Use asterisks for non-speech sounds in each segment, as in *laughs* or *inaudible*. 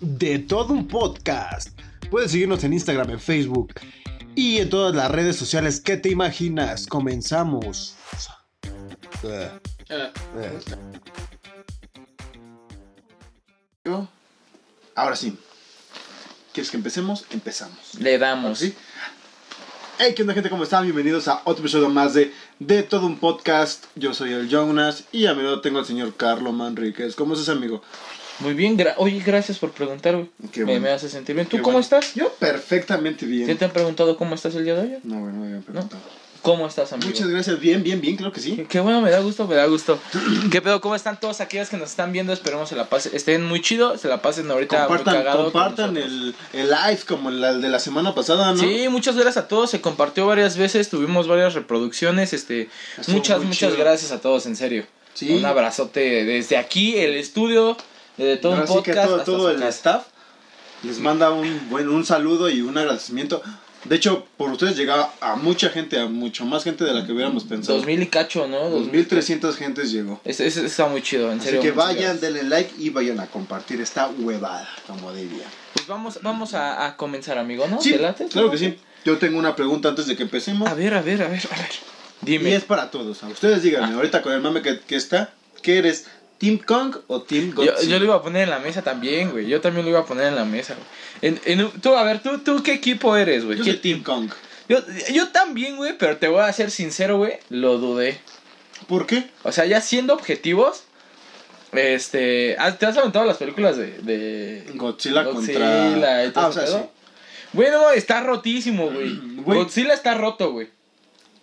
de todo un podcast. Puedes seguirnos en Instagram, en Facebook y en todas las redes sociales que te imaginas. Comenzamos. Eh, Ah, eh. yo. Ahora sí. ¿Quieres que empecemos? Empezamos. Le damos. ¿Sí? Hey, ¿qué onda gente? ¿Cómo están? Bienvenidos a otro episodio más de De Todo Un Podcast. Yo soy el Jonas y a mi lado tengo al señor Carlo Manríquez. ¿Cómo estás, amigo? Muy bien, gra- oye, gracias por preguntar, güey. Qué Me- bueno. Me, hace sentir bien. ¿Tú Qué cómo bueno. estás? Yo perfectamente bien. ¿Sí te han preguntado cómo estás el día de hoy? No, bueno, no me habían preguntado. ¿Cómo estás, amigo? Muchas gracias. Bien, bien, bien, claro que sí. Qué- Qué bueno, me da gusto, me da gusto. *clears throat* ¿Qué pedo? ¿Cómo están todos aquellos que nos están viendo? Esperemos se la pasen, estén muy chido, se la pasen ahorita muy Compartan, cagado. con compartan nosotros. el, el live como el de la semana pasada, ¿no? Sí, muchas gracias a todos, se compartió varias veces, tuvimos varias reproducciones, este, Estuvo muchas, muy muchas chido. gracias a todos, en serio. Sí. Un abrazote desde aquí, el estudio, desde todo Ahora un sí que podcast. todo, hasta todo su el casa. staff les manda un buen un saludo y un agradecimiento. De hecho, por ustedes llegaba a mucha gente, a mucho más gente de la que hubiéramos pensado. 2000 y cacho, ¿no? 2300 gentes llegó. Es, es- está muy chido, en Así serio. que muchas vayan, gracias. denle like y vayan a compartir esta huevada, como diría. Pues vamos, vamos a, a comenzar, amigo, ¿no? Sí, ¿Te late? claro que sí. Yo tengo una pregunta antes de que empecemos. A ver, a ver, a ver, a ver. Dime. Ah. Y es para todos. A ustedes díganme, ahorita con el mame que, que está, ¿qué eres? ¿Team Kong o Team Yo, yo Godzilla? lo iba a poner en la mesa también, güey. Yo también lo iba a poner en la mesa, güey. En- en un- tú, a ver, tú, tú, ¿qué equipo eres, güey? Yo ¿Qué- soy Team Kong. yo, yo también, güey, pero te voy a ser sincero, güey. Lo dudé. ¿Por qué? O sea, ya siendo objetivos, este. ah, ¿Te has aventado las películas de. de Godzilla, Godzilla contra... y todo ah, o ese sea, sí. Mm, pedo? Bueno, está rotísimo, güey. Güey. Godzilla está roto, güey.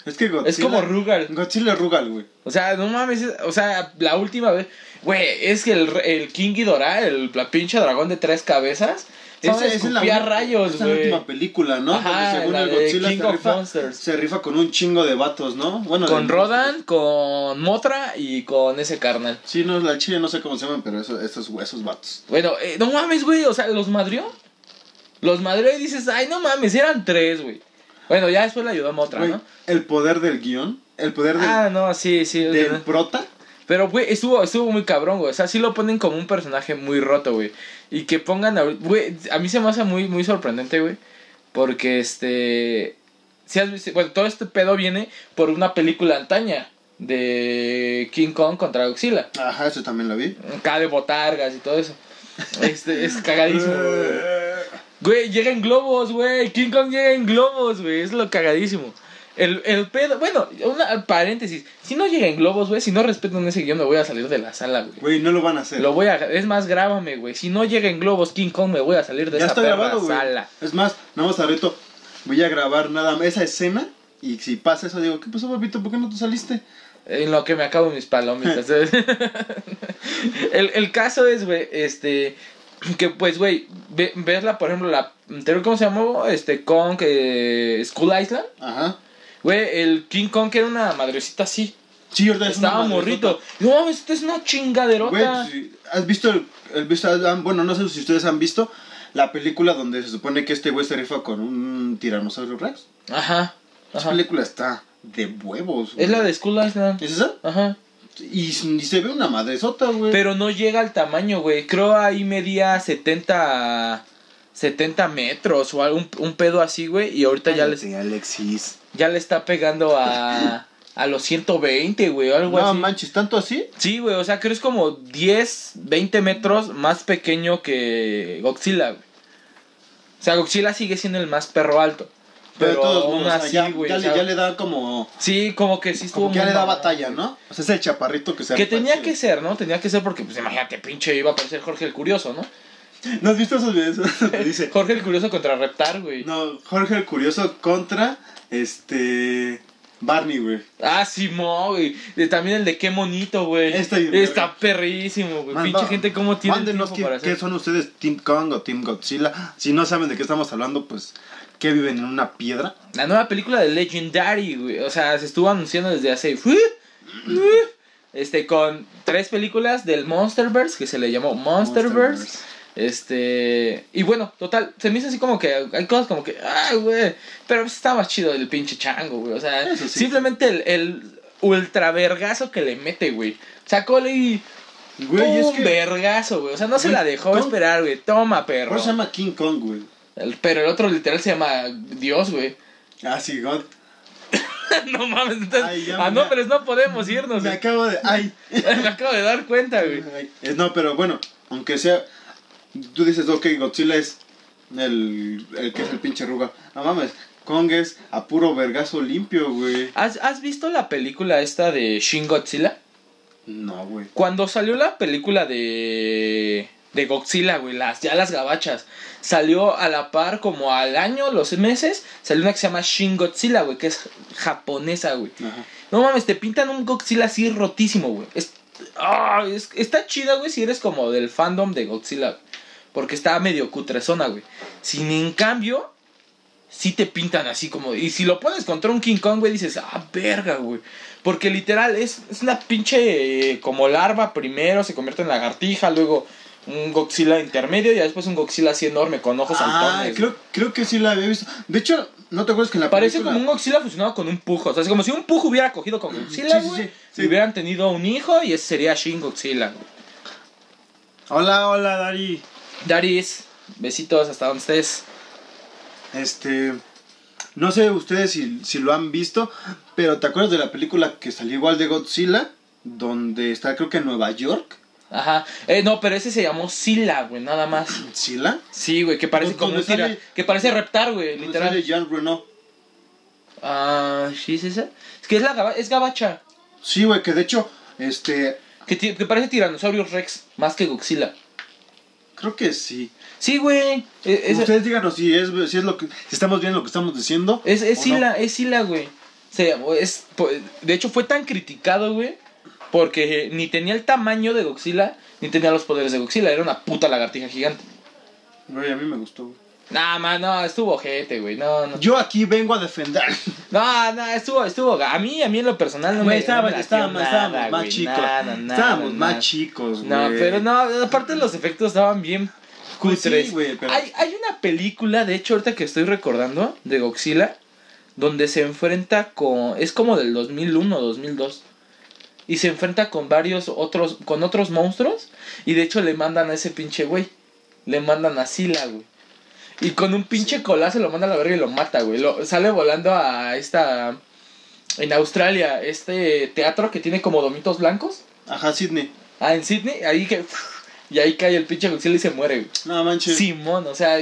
Es que Godzilla. Es como Rugal. Godzilla es Rugal, güey. O sea, no mames, es- o sea, la última vez, güey, es que el, el King Ghidorah, el la pinche dragón de tres cabezas, Esa- esa ese es la escupía ul- rayos, esa es la güey. última película, ¿no? Ajá, Donde según la el de Godzilla King se of rifa, Monsters. se rifa con un chingo de vatos, ¿no? Bueno, Con de- Rodan, con Motra y con ese carnal. Sí, no, la chile no sé cómo se llaman, pero eso, esos, esos vatos. Bueno, eh, no mames, güey, o sea, los madrió. Los madrió y dices, ay, no mames, eran tres, güey. Bueno, ya después le ayudó a Motra, Güey, ¿no? El poder del guión, el poder del, Ah, no, sí, sí. o del sea, prota. Pero, güey, estuvo, estuvo muy cabrón, güey. O sea, sí lo ponen como un personaje muy roto, güey. Y que pongan a... Güey, a mí se me hace muy, muy sorprendente, güey. Porque, este... Si has visto... Bueno, todo este pedo viene por una película antaña. De King Kong contra Godzilla. Ajá, eso también lo vi. Acá de botargas y todo eso. Este, es cagadísimo, güey. Eh, Güey, llega en globos, güey. King Kong llega en globos, güey. Es lo cagadísimo. El, el pedo... Bueno, una paréntesis. Si no llega en globos, güey. Si no respetan ese guión, me voy a salir de la sala, güey. Güey, no lo van a hacer. Lo voy a. Es más, grábame, güey. Si no llega en globos King Kong, me voy a salir de ya esa está perra grabado, güey. sala. Es más, nada más ahorita voy a grabar nada más esa escena. Y si pasa eso, digo, ¿qué pasó, papito? ¿Por qué no te saliste? En lo que me acabo mis palomitas. *laughs* el, el caso es, güey, este. Que pues, güey, ve- ves la, por ejemplo, la. ¿Cómo se llamó? Este, Kong, eh, School Island. Ajá. Güey, el King Kong que era una madrecita así. Sí, ahorita es una Estaba madresota. morrito. No mames, esta es una Güey, chingaderota. pues, ¿has visto el, el visto- ah, bueno, no sé si ustedes han visto la película donde se supone que este güey se rifa con un tiranosaurio Rex? Ajá. Esa ajá. película está de huevos. güey. Es la de School Island. ¿Es esa? Ajá. Y, s- y se ve una madresota, güey. Pero no llega al tamaño, güey. Creo ahí medía 70, 70 metros o algún un pedo así, güey. Y ahorita ya, les, Cállate, Alexis. ya le está pegando a, a los 120, güey, o algo No así. manches, tanto así. Sí, güey, o sea, creo es como 10, 20 metros más pequeño que Godzilla, güey. O sea, Godzilla sigue siendo el más perro alto. Pero, de Pero, todos aún modos, o sea, así, ya, güey. ya o le- sea, ya le da como. Sí, como que sí estuvo como que ya muy le da mamado, batalla, güey. ¿no? O sea, es el chaparrito que se Que rifa, tenía sí. que ser, ¿no? Tenía que ser porque, pues, imagínate, pinche iba a parecer Jorge el Curioso, ¿no? ¿No has visto esos videos? *laughs* *laughs* donde dice. Jorge el Curioso contra Reptar, güey. No, Jorge el Curioso contra este. Barney, güey. Ah, Simón, güey. De- También el de qué monito, güey. Está bien, Está verga. perrísimo, güey. Este Manda- Pues, Pinche gente, ¿cómo tiene Mándenos tiempo qué, para qué hacer? son ustedes, Team Kong o Team Godzilla. Si no saben de qué estamos hablando, pues que viven en una piedra. La nueva película de Legendary, güey. O sea, se estuvo anunciando desde hace... Este, con tres películas del Monsterverse, que se le llamó Monsterverse. Este... Y bueno, total, se me hizo así como que... Hay cosas como que... Ay, güey. Pero pues está más chido el pinche chango, güey. O sea, Eso sí. simplemente el, el ultravergazo que le mete, güey. Sacó y... Güey, es un que. vergazo, güey. O sea, no se Güey, la dejó ¿cómo? esperar, güey. Toma, Por perro. eso se llama King Kong, güey. El- pero el otro literal se llama Dios, güey. *laughs* Ah, sí, God. no mames, entonces, Ay, ya a me- nombres no podemos irnos. Me güey. acabo de. Ay. *laughs* Me acabo de dar cuenta, *laughs* güey. Ay, eh, No, pero bueno, aunque sea. Tú dices, ok, Godzilla es el, el que es el pinche ruga. No mames, Kong es a puro vergazo limpio, güey. ¿Has, has visto la película esta de Shin Godzilla? No, güey. Cuando salió la película de. de Godzilla, güey, las, ya las gabachas, salió a la par como al año, los meses, salió una que se llama Shin Godzilla, güey, que es japonesa, güey. Ajá. No mames, te pintan un Godzilla así rotísimo, güey. Es- ah, es- está chida, güey, si eres como del fandom de Godzilla. güey. Porque está medio cutrezona, güey. Sin en cambio, sí te pintan así como... Y si lo pones contra un King Kong, güey, dices, ah, verga, güey. Porque literal, es, es una pinche eh, como larva primero, se convierte en lagartija, luego un Godzilla intermedio y ya después un Godzilla así enorme con ojos Ah, saltones. creo, creo que sí la había visto. De hecho, ¿no te acuerdas que en la Parece película- como un Godzilla fusionado con un Pujo. O sea, es como si un Pujo hubiera cogido con Godzilla, Sí, sí, güey. sí, sí. Y hubieran tenido un hijo y ese sería Shin Godzilla. güey. Hola, hola, Dari. Daris, besitos hasta donde estés. Este. No sé ustedes si, si lo han visto, pero ¿te acuerdas de la película que salió igual de Godzilla? Donde está, creo que en Nueva York. Ajá. Eh, no, pero ese se llamó Sila, güey, nada más. ¿Sila? Sí, güey, que parece como ¿Dónde un tira- Pues sale? Que parece reptar, güey, Donde literal. sale Jean Reno. Ah, sí, es esa. Es que es la gaba- es gabacha. Sí, güey, que de hecho, este. Que, ti- que parece Tiranosaurio Rex, más que Godzilla. Creo que sí. Sí, güey. eh, Es, Ustedes díganos si es, si es lo que. Si estamos bien lo que estamos diciendo. Es, o es no. Sila, es Sila, güey. O sea, es, po- de hecho, fue tan criticado, güey, porque eh, ni tenía el tamaño de Godzilla, ni tenía los poderes de Godzilla. Era una puta lagartija gigante. Güey, a mí me gustó, güey. Nah, man, no, estuvo ojete, güey. No, no. Yo aquí vengo a defender. No, no, estuvo, estuvo. A mí, a mí en lo personal no Güey, me estaba- no me estábamos, latió estábamos nada, más güey, chicos. nada, nada, estábamos más nada. chicos, güey. No, pero no, aparte los efectos estaban bien Pues sí, cutres. güey, pero- hay, hay una película, de hecho, ahorita que estoy recordando, de Godzilla, donde se enfrenta con... Es como del 2001 o 2002. Y se enfrenta con varios otros, con otros monstruos. Y de hecho le mandan a ese pinche güey. Le mandan a Sila, güey. Y con un pinche colazo lo manda a la verga y lo mata, güey. Lo, sale volando a esta... En Australia, este teatro que tiene como domitos blancos. Ajá, Sidney. Ah, en Sydney, ahí que. Y ahí cae el pinche Godzilla y se muere, güey. No manches. Simón, o sea,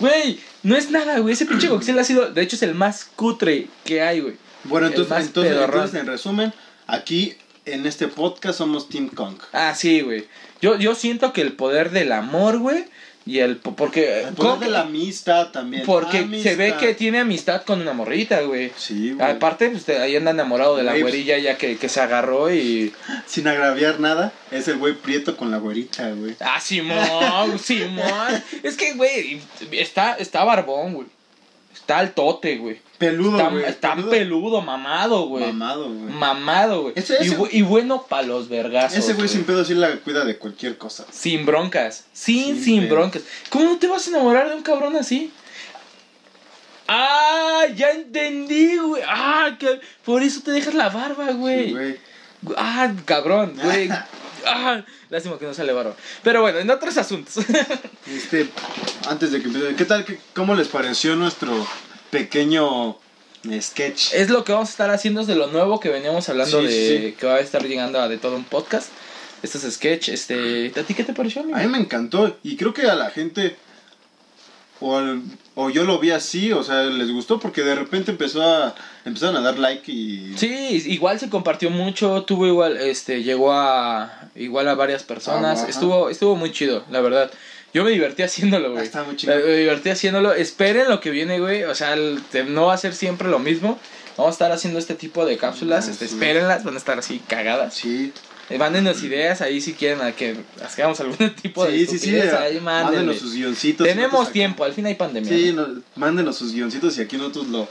güey, no es nada, güey. Ese pinche Godzilla ha sido, de hecho, es el más cutre que hay, güey. Bueno, El más entonces, entonces, pedorrón. entonces, en resumen, aquí en este podcast somos Team Kong. Ah, sí, güey. Yo, yo siento que el poder del amor, güey, y el. po- Porque. El poder de la amistad también. porque Amistad. se ve que tiene amistad con una morrita, güey. Sí, güey. Aparte, pues, te- ahí anda enamorado de la Güey, pues- güerilla ya que, que se agarró y. Sin agraviar nada, es el güey prieto con la güerita, güey. *laughs* Ah, Simón, Simón. Es que, güey, está, está barbón, güey. Está al tote, güey. Peludo, Está, güey. está peludo. mamado, güey. Mamado, güey. Mamado, güey. Ese- Y, ese- bu- y bueno para los vergazos. Ese güey sin pedo sí la cuida de cualquier cosa. Sin broncas. Sin, Sin sin pedo. broncas. ¿Cómo no te vas a enamorar de un cabrón así? ¡Ah! Ya entendí, güey. ¡Ah! que- Por eso te dejas la barba, Sí, güey. güey. ¡Ah! Cabrón, *laughs* güey. ¡Ah! Lástima que no sale barba. Pero bueno, en otros asuntos. *laughs* Este, antes de que empiece, ¿qué tal? qué- ¿Cómo les pareció nuestro pequeño eh, sketch? Es lo que vamos a estar haciendo es de lo nuevo que veníamos hablando Sí, de sí, sí. que va a estar llegando a de todo un podcast. Estos sketch, este, ¿a ti qué te pareció, amigo? A mí me encantó y creo que a la gente o, al- o yo lo vi así, o sea, les gustó porque de repente empezó a empezaron a dar like y Sí, igual se compartió mucho, tuvo igual este llegó a igual a varias personas, Ah, Ajá. estuvo estuvo muy chido, la verdad. Yo me divertí haciéndolo, güey. está muy chido. Me me divertí haciéndolo. Esperen lo que viene, güey. O sea, el- te- no va a ser siempre lo mismo. Vamos a estar haciendo este tipo de cápsulas. Ah, Este, sí. espérenlas, van a estar así cagadas. Sí, Eh, Mándenos ideas ahí si quieren a que hagamos algún *laughs* tipo de sí, sí, sí, estupidez, ahí mándenle. mándenos sus guioncitos. y Tenemos nosotros tiempo, al fin hay pandemia. aquí- Sí, ¿no? no- mándenos sus guioncitos y aquí nosotros lo,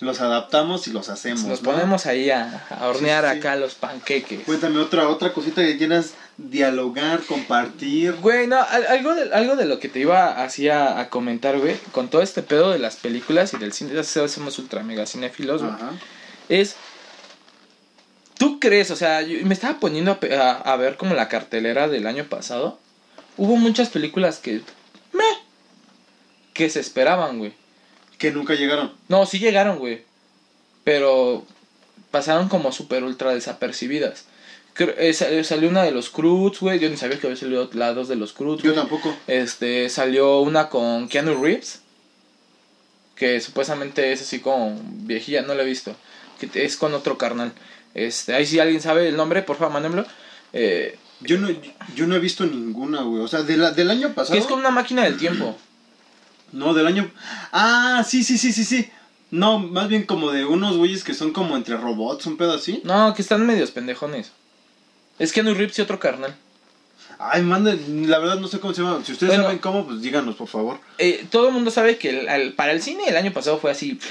los adaptamos y los hacemos. Nos ¿no? ponemos ahí a, a hornear Sí, sí, sí. acá los panqueques. Cuéntame otra otra cosita que quieras dialogar, compartir. Güey, no, al- algo de, algo de lo que te iba así a, a comentar, güey, con todo este pedo de las Pues, películas y del cine, ya sabes, somos ultra mega cinéfilos, güey, Ajá. es ¿Tú crees? O sea, yo me estaba poniendo a, pe- a- a ver como la cartelera del año pasado. Hubo muchas películas que. meh, que se esperaban, güey. Que nunca llegaron. No, sí llegaron, güey. Pero pasaron como super ultra desapercibidas. Cre- eh, sal- salió una de los Cruz, güey. Yo ni sabía que había salido la dos de los Cruz. Yo tampoco. Este, salió una con Keanu Reeves. Que supuestamente es así como viejilla, no la he visto. Que es con otro carnal. Este, ahí si alguien sabe el nombre, por favor, mándenmelo. Eh, Yo no, yo no he visto ninguna, güey. O sea, de la- del año pasado. que es con una máquina del tiempo. No, del año. Ah, sí, sí, sí, sí, sí. No, más bien como de unos güeyes que son como entre robots, un pedo así. No, que están medios pendejones. Es Keanu Reeves y otro carnal. Ay, manden, la verdad no sé cómo se llama. Si ustedes Bueno. saben cómo, pues díganos, por favor. Eh, todo el mundo sabe que el- al- para el cine el año pasado fue así. pff.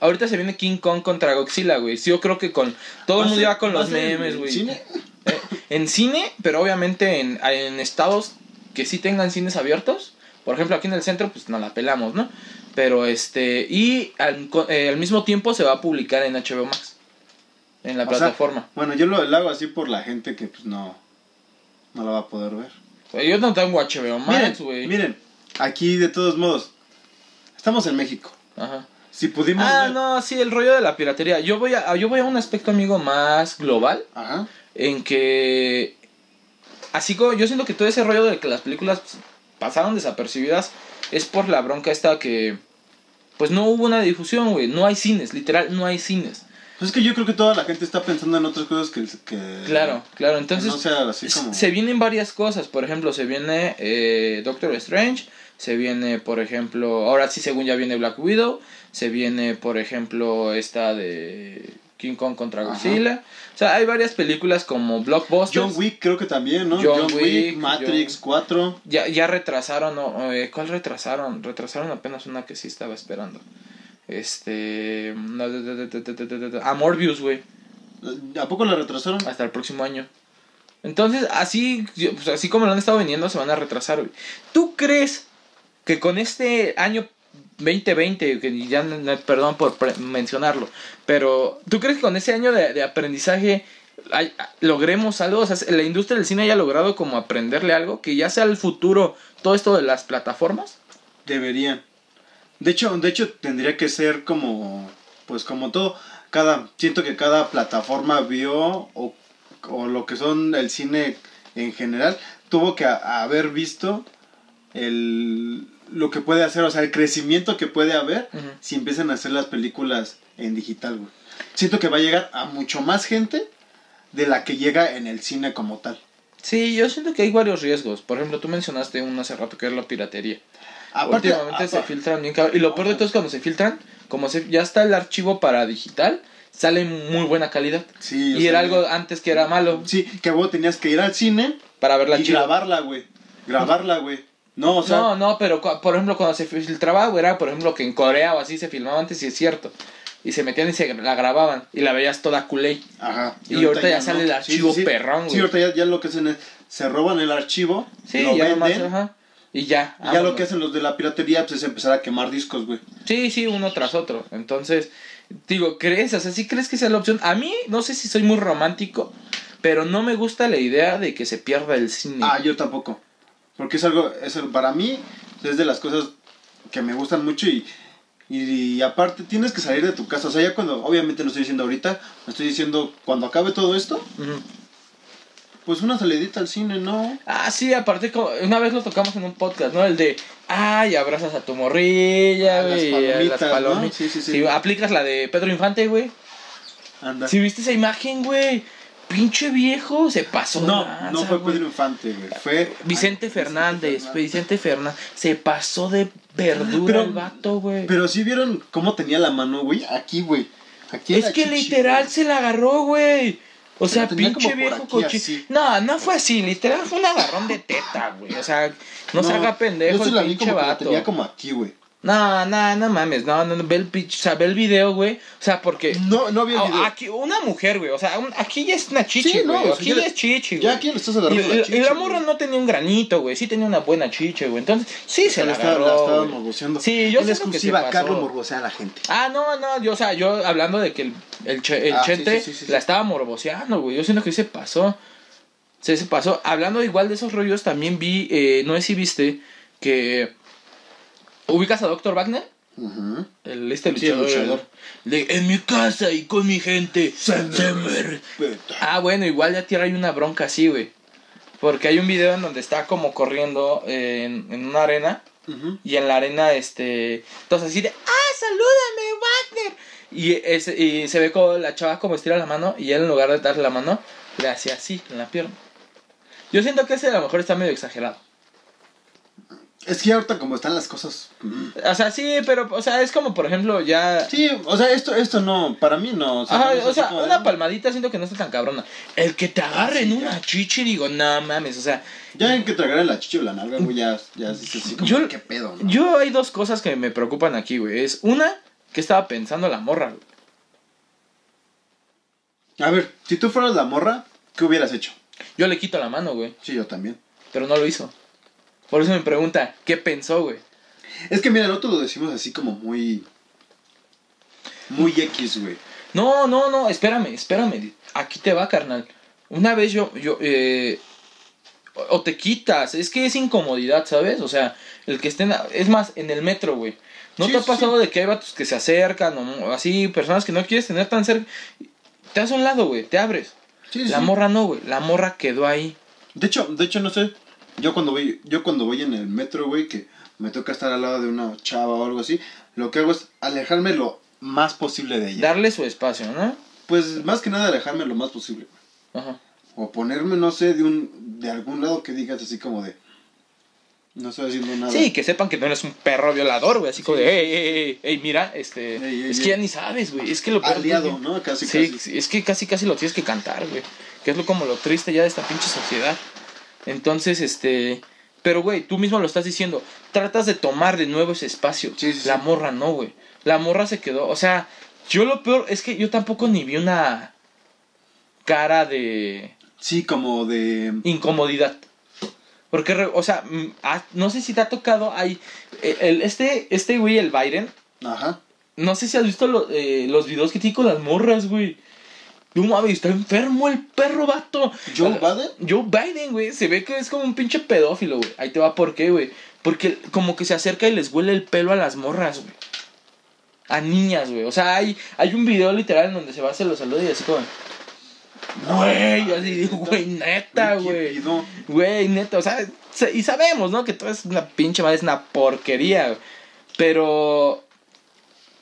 Ahorita se viene King Kong contra Godzilla, güey. Sí, yo creo que con. Todo Va el a mundo ser- iba con va a los ser en memes, el güey. cine. Eh, en cine, pero obviamente en, en estados que sí tengan cines abiertos. Por ejemplo, aquí en el centro, pues no la pelamos, ¿no? Pero este. Y al, co- eh, al mismo tiempo se va a publicar en HBO Max. En la O sea, plataforma. Bueno, yo lo, lo hago así por la gente que pues no, no la va a poder ver. Eh, yo no tengo HBO Max, miren, güey. miren, aquí de todos modos, estamos en México. Ajá. Si pudimos Ah, ver- no, sí, el rollo de la piratería. Yo voy a, yo voy a un aspecto, amigo, más global. Ajá. en que así como yo siento que todo ese rollo de que las películas pues, pasaron desapercibidas es por la bronca esta que pues no hubo una difusión, güey, no hay cines, literal no hay cines. Pues es que yo creo que toda la gente está pensando en otras cosas que... que- Claro, claro, que entonces no sea así como... se vienen varias cosas, por ejemplo, se viene eh, Doctor Strange, se viene, por ejemplo, ahora sí según ya viene Black Widow, se viene, por ejemplo, esta de King Kong contra Ajá. Godzilla. O sea, hay varias películas como Blockbusters. John Wick creo que también, ¿no? John John, Wick, Wick, Matrix John- 4. Ya, ya retrasaron, o- eh, ¿cuál retrasaron? Retrasaron apenas una que sí estaba esperando. Este. no, de- de- de- de- de- de- de- de- A Morbius, güey. ¿A poco la retrasaron? Hasta el próximo año. Entonces, así, yo- pues, así como lo han estado vendiendo, se van a retrasar, güey. ¿Tú crees que con este año 2020, que ya, no- no- perdón por pre- mencionarlo, pero ¿tú crees que con ese año de, de aprendizaje hay- logremos algo? O sea, la industria del cine haya logrado como aprenderle algo, que ya sea el futuro todo esto de las plataformas. Deberían. De hecho, de hecho tendría que ser como pues como todo cada siento que cada plataforma vio o, o lo que son el cine en general tuvo que a- haber visto el lo que puede hacer, o sea, el crecimiento que puede haber Ujú. si empiezan a hacer las películas en digital, güey. Siento que va a llegar a mucho más gente de la que llega en el cine como tal. Sí, yo siento que hay varios riesgos. Por ejemplo, tú mencionaste uno hace rato que es la piratería. Aparte, ah, Ah, Últimamente se apa- filtran bien cabrón. Y lo peor de todo es cuando se filtran, como se, ya está el archivo para digital, sale en muy buena calidad. sí, o Y sea, era algo antes que era malo Sí, que vos tenías que ir al cine para verla y chido. grabarla, güey. Grabarla, güey. No, o sea, no, no, pero cu- por ejemplo cuando se filtraba, güey, era por ejemplo que en Corea o así se filmaba antes y es cierto. Y se metían y se la grababan y la veías toda culé. ajá. Y ahorita ya sale el archivo perrón, güey. Sí, ahorita ya, ya lo que hacen es, se roban el archivo, Sí, lo ya nomás, venden, ajá. Ah, Y ya. y ya lo vámonos. que hacen los de la piratería pues, es empezar a quemar discos, güey. Sí, sí, uno tras otro. Entonces, digo, ¿crees? O sea, ¿sí crees que sea la opción? A mí, no sé si soy muy romántico, pero no me gusta la idea de que se pierda el cine. Ah, yo tampoco. Porque es algo, es algo- para mí, es de las cosas que me gustan mucho y, y, y aparte tienes que salir de tu casa. O sea, ya cuando, obviamente no estoy diciendo ahorita, me estoy diciendo cuando acabe todo esto, Ujú. pues una salidita al cine, ¿no? Ah, sí, aparte, como- una vez lo tocamos en un podcast, ¿no? El de, ay, abrazas a tu morrilla, Ah, las güey, a las palomitas, ¿no? palomitas. Sí, sí, sí. aplicas la de Pedro Infante, güey. Anda. Si viste esa imagen, güey, pinche viejo, se pasó. de No, lanza, no fue güey. Pedro Infante, güey. Fue Vicente Ay, Fernández, Fernández. Vicente Fernández, se pasó de verdura Pero- el vato, güey. Pero si vieron cómo tenía la mano, güey, aquí, güey. Aquí en Es la que chichi, literal güey. se la agarró, güey. O sea, La tenía pinche como por viejo aquí, coche. así. No, no fue así, literal fue un agarrón de teta, güey. O sea, no, se haga pendejo yo se el la vi pinche como que la vato. tenía como aquí, güey. No, no, no mames, no, no, no, ve el pitch, o sea, ve el video, güey. O sea, porque Mm, No, no había Ah, video. aquí una mujer, güey, o sea, un- aquí ya es una chichi, Sí, no, güey. o sea, aquí ya- ya, es chichi, güey. Ya aquí le estás y, agarrando y- y chichi, la morra güey. no tenía un granito, güey. Sí tenía una buena chiche, güey. Entonces, sí se la la estaba- la agarró, estaba güey. morboseando. Sí, yo En sé exclusiva, que se pasó. Carlos morbosea a la gente. Ah, no, no, yo, o sea, yo hablando de que el, el, che- el Ah, sí, Chente sí, sí, sí, la sí. estaba morboseando, güey. Yo siento que se pasó. Se, se pasó. Hablando igual de esos rollos, también vi, eh, no sé si viste, que. ¿Ubicas a Dr. Wagner? Ujú. El, este Sí, el luchador. luchador. De, en mi casa y con mi gente. Se me se me re- Ah, bueno, igual ya tierra hay una bronca así, güey. Porque hay un video en donde está como corriendo eh, en, en una arena. Ujú. Y en la arena, este. Entonces así de. ¡Ah, salúdame, Wagner! Y, ese- y se ve como la chava como estira la mano. Y él, en lugar de darle la mano, le hacía así en la pierna. Yo siento que ese a lo mejor está medio exagerado. Es que ahorita como están las cosas. mm. O sea, sí, pero. O sea, es como por ejemplo ya. Sí, o sea, esto, esto no, para mí no. O sea, Ajá, no es o así sea, como de- "Mm, una palmadita siento que no está tan cabrona. El que te agarre en sí, ya. una chichi, digo, no mames, o sea, Ya hay que tragar la chicha o la nalga, güey, ya, ya dices así como, Yo- ¿qué pedo? no? Yo hay dos cosas que me preocupan aquí, güey. Es una, que estaba pensando la morra, güey. A ver, si tú fueras la morra, ¿qué hubieras hecho? Yo le quito la mano, güey. Sí, yo también. Pero no lo hizo. Por eso me pregunta, ¿qué pensó, güey? Es que mira, nosotros lo decimos así como muy. Muy X, güey. No, no, no, espérame, espérame. Aquí te va, carnal. Una vez yo, yo, eh, o- o te quitas, es que es incomodidad, ¿sabes? O sea, el que estén, a- es más, en el metro, güey. ¿No Sí, te ha sí, pasado de que hay vatos que se acercan o así, personas que no quieres tener tan cerca? Te das un lado, güey, te abres. Sí, sí, La sí. morra no, güey, la morra quedó ahí. De hecho, de hecho, no sé. Yo cuando voy, yo cuando voy en el metro, güey, que me toca estar al lado de una chava o algo así, lo que hago es alejarme lo más posible de ella. Darle su espacio, ¿no? Pues más que nada alejarme lo más posible. Ajá. O ponerme, no sé, de un de algún lado que digas así como de no estoy haciendo nada. Sí, que sepan que no eres un perro violador, güey. Así como Sí, de, sí, hey, hey, hey, mira, este. Ey, ey, es ey. Ah, que ya ni sabes, güey. Es que lo peor es que- aliado, ¿no? Casi sí, casi. sí, es que casi, casi lo tienes que cantar, güey. Que es lo, como lo triste ya de esta pinche sociedad. Entonces, este. Pero, güey, tú mismo lo estás diciendo. Tratas de tomar de nuevo ese espacio. Sí, sí, La sí. morra no, güey. La morra se quedó. O sea, yo lo peor es que yo tampoco ni vi una cara de. Sí, como de incomodidad. Porque, re- o sea, mm, ah, no sé si te ha tocado, hay, eh, el, este, este güey, el Biden, ajá. no sé si has visto lo- eh, los videos que tiene con las morras, güey. No mames, está enfermo el perro vato. Joe Ah, Biden Joe Biden, güey, se ve que es como un pinche pedófilo, güey. Ahí te va por qué, güey. Porque como que se acerca y les huele el pelo a las morras, güey. A niñas, güey. O sea, hay, hay un video literal en donde se va a hacer los saludos y así como... Güey, yo así *laughs* digo, güey, neta, Qué güey. pido. Güey, neta, o sea, se- y sabemos, ¿no? Que todo es una pinche madre, es una porquería, güey. Pero.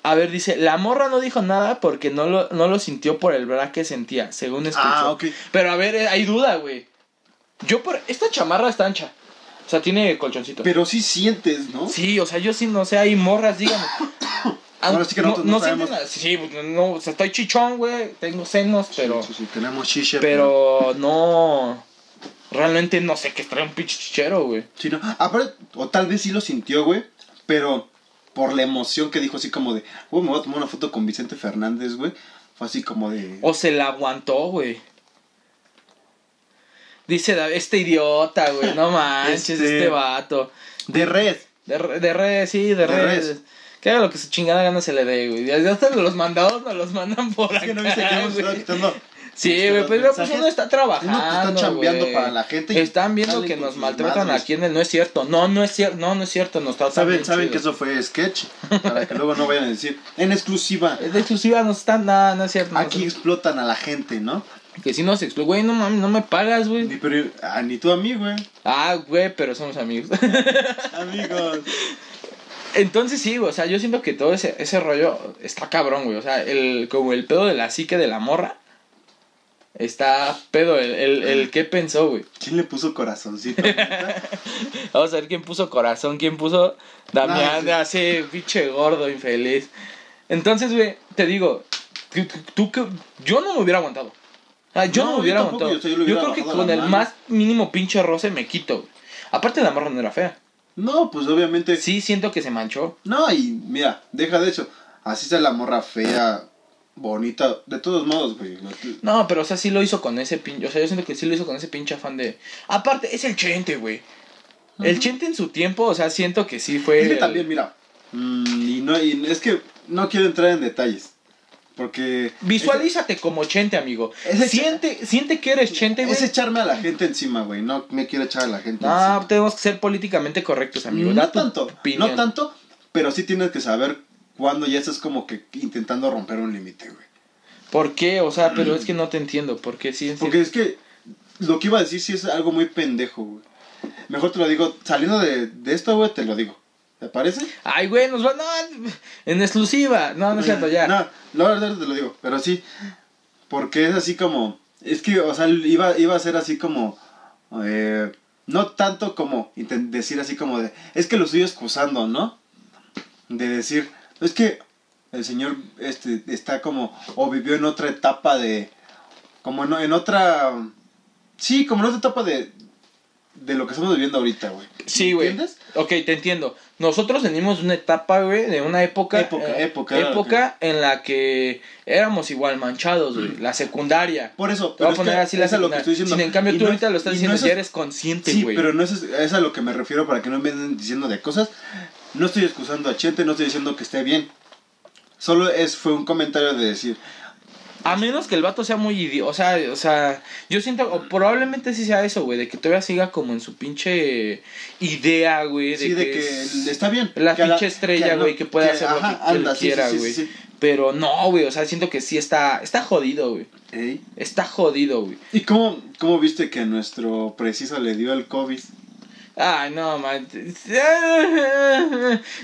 A ver, dice, la morra no dijo nada porque no lo, no lo sintió por el bra que sentía, según escuchó. Ah, ok. Pero a ver, eh, hay duda, güey. Yo por. Esta chamarra está ancha. O sea, tiene colchoncito. Pero sí sientes, ¿no? Sí, o sea, yo sí, no sé, hay morras, dígame. Ahora sí que nosotros no sienten sabemos. nada. Sí, pues, no, o sea, estoy chichón, güey, tengo senos, pero. Sí, sí, sí, tenemos shisha. Pero no. Realmente no sé qué trae un pinche chichero, güey. Sí, no. Aparte, o tal vez sí lo sintió, güey, pero por la emoción que dijo así como de, güey, me voy a tomar una foto con Vicente Fernández, güey. Fue así como de... O se la aguantó, güey. Dice David, este idiota, *laughs* güey. No manches, este, Este- vato. De red. De, re- de red, sí, de, De red. res. Que haga lo que su chingada gana se le dé, güey. Ya ya hasta los *laughs* mandados nos los mandan por Es acá, que no viste que hemos estado güey. quitando. Sí, este, güey, los pero pues mensajes. uno está trabajando, Uno que está chambeando güey. para la gente y Están viendo sale que con nos sus maltratan madres. aquí en el... No es cierto, no, no es cierto, no, no es cierto, nos tratan Saben, bien saben chido. que eso fue sketch, para que luego no vayan a decir, en exclusiva, Es de exclusiva, no están nada, no es cierto. no es aquí explotan a la gente, ¿no? cierto. Que si nos excluye, güey, no mames, no me pagas, Ni, güey. pero, ah, ni tú a mí, güey. Ah, güey, pero somos amigos. *laughs* Amigos. Entonces sí, güey, o sea, yo siento que todo ese, ese rollo está cabrón, güey. O sea, el, como el pedo de la psique de la morra. Está pedo, el, el, el qué pensó, güey. ¿Quién le puso corazoncito? neta? Vamos a ver quién puso corazón, quién puso Damián, Nah, hace pinche gordo, infeliz. Entonces, güey, te digo, tú, tú que yo no me hubiera aguantado. Ah, yo no, No, me yo hubiera tampoco, yo aguantado. Yo, sé, yo le hubiera creo que bajado la con el mano. más mínimo pinche roce me quito, güey. Aparte la morra no era fea. No, pues obviamente. Sí, siento que se manchó. No, y mira, deja de eso. Así sea la morra fea, bonita, de todos modos, güey. no te- No, pero o sea, sí lo hizo con ese pinche. O sea, yo siento que sí lo hizo con ese pinche afán de. Aparte, es el Chente, güey. El Chente en su tiempo, o sea, siento que sí fue. Es que el- también, mira. mm, y, no, y es que no quiero entrar en detalles. Porque. Visualízate como Chente, amigo. Ese- siente, siente que eres Chente, Es, güey. es echarme a la gente encima, güey. No me quiero echar a la gente encima. No, tenemos que ser políticamente correctos, amigo. No Da tu tanto, opinión. no tanto, pero sí tienes que saber cuándo ya estás como que intentando romper un límite, güey. ¿Por qué? O sea, pero es que no te entiendo. ¿Por qué sí? en Mm. Porque serio. es que lo que iba a decir sí es algo muy pendejo, güey. Mejor te lo digo, saliendo de, de esto, güey, te lo digo. ¿Te parece? Ay, güey, nos van. No, en exclusiva. No, no es cierto, ya. No, la verdad te lo digo, pero sí. Porque es así como. Es que, o sea, iba, iba a ser así como. eh, no tanto como inten- decir así como de. Es que lo estoy excusando, ¿no? De decir. Es que el señor este, está como. O vivió en otra etapa de. Como en, en otra. Sí, como en otra etapa de. De lo que estamos viviendo ahorita, güey. Sí, güey. ¿Entiendes? Ok, te entiendo. Nosotros venimos de una etapa, güey, de una época. eh, Época, época, era lo época en la que éramos igual manchados, güey. La secundaria. Por eso. Te Mm. voy pero a es poner que así la es a lo que secundaria. estoy diciendo. Sin en cambio, Y tú no es- ahorita lo estás y no diciendo, es- ya eres consciente, Sí, güey. pero no es, es a lo que me refiero para que no me anden diciendo de cosas. No estoy excusando a Chente, no estoy diciendo que esté bien. Solo es, fue un comentario de decir, A menos que el vato sea muy idiota. O sea, o sea, yo siento, o probablemente sí sea eso, güey, de que todavía siga como en su pinche idea, güey. De sí, de que es- está bien. la que a pinche estrella, no- güey, que puede hacer lo que- que él sí, quiera, sí, sí, güey. sí, sí. Pero no, güey, o sea, siento que sí está, está jodido, güey. Ey. Está jodido, güey. ¿Y cómo, cómo viste que a nuestro preciso le dio el COVID? Ay, no, man. *laughs*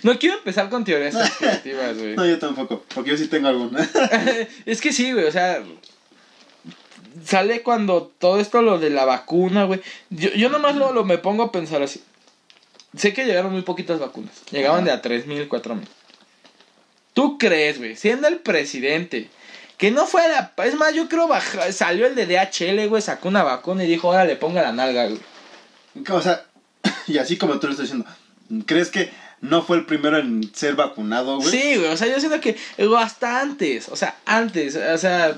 No quiero empezar con teorías conspirativas, güey. No, yo tampoco, porque yo sí tengo alguna. *laughs* *laughs* es que sí, güey, o sea. Sale cuando todo esto lo de la vacuna, güey. Yo, yo nomás lo, lo me pongo a pensar así. Sé que llegaron muy poquitas vacunas. Llegaban de a 3.000, 4.000. ¿Tú crees, güey? Siendo el presidente. Que no fuera. Es más, yo creo baja- salió el de DHL, güey. Sacó una vacuna y dijo, ahora le ponga la nalga, güey. o sea, y así como tú lo estás diciendo, ¿crees que no fue el primero en ser vacunado, güey? Sí, güey. O sea, yo siento que. eh, O hasta antes. O sea, antes. O sea,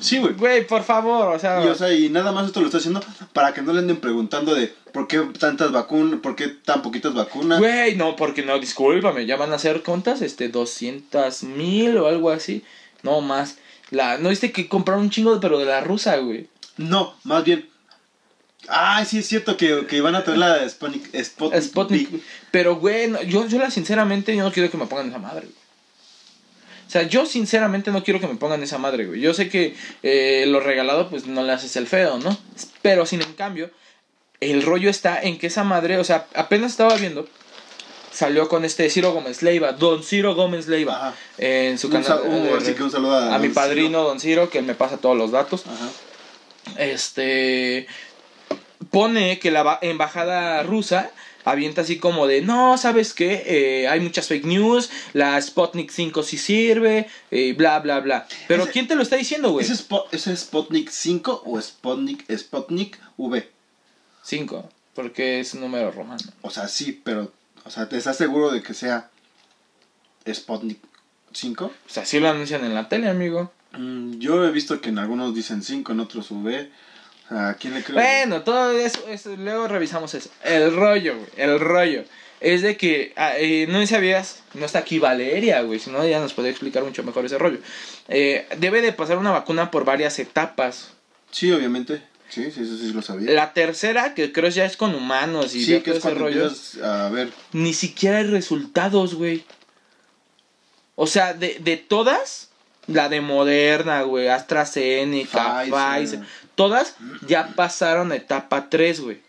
Sí, güey. güey, por favor. O sea. Y, o sea, y nada más esto lo está haciendo para que no le anden preguntando de por qué tantas vacunas, por qué tan poquitas vacunas. Güey, no, porque no, discúlpame, ya van a hacer contas, este, 200 mil o algo así, no más. La, no viste que compraron un chingo, pero de la rusa, güey. No, más bien. Ay, sí es cierto que, que van a traer la de Sputnik. Sputnik. Sputnik. Pero, güey, no, yo, yo la sinceramente, yo no quiero que me pongan esa madre, güey. O sea, yo sinceramente no quiero que me pongan esa madre, güey. Yo sé que eh, lo regalado, pues no le haces el feo, ¿no? Pero, sin en cambio, el rollo está en que esa madre, o sea, apenas estaba viendo, salió con este Ciro Gómez Leiva, don Ciro Gómez Leiva, Ajá. en su Un canal. sa- un- de- así que un saludo a, a mi Ciro. padrino, don Ciro, que él me pasa todos los datos. Ajá. Este pone que la ba- embajada rusa avienta así como de, no, ¿sabes qué? Eh, hay muchas fake news, la Sputnik 5 sí sirve, eh, bla, bla, bla. Pero Ese- ¿quién te lo está diciendo, güey? ¿Es, Spo- es Sputnik 5 o Sputnik, Sputnik V? 5, porque es un número romano. O sea, sí, pero. O sea, ¿te estás seguro de que sea Sputnik 5? O sea, sí lo anuncian en la tele, amigo. Mm, Yo he visto que en algunos dicen 5, en otros V. ¿A quién le creo? Bueno, todo eso, eso- luego revisamos eso. El rollo, güey, el rollo. Es de que, ah, eh, no sabías, no está aquí Valeria, güey, si no ya nos podría explicar mucho mejor ese rollo. Eh, debe de pasar una vacuna por varias etapas. Sí, obviamente. Sí, sí, eso sí lo sabía. La tercera, que creo ya es con humanos y ya sí, que todo es ese cuando rollo, empiezas a ver. ni siquiera hay resultados, güey. O sea, de, de todas, la de Moderna, güey, AstraZeneca, Pfizer. Mm. Pfizer, todas ya pasaron a etapa 3, güey.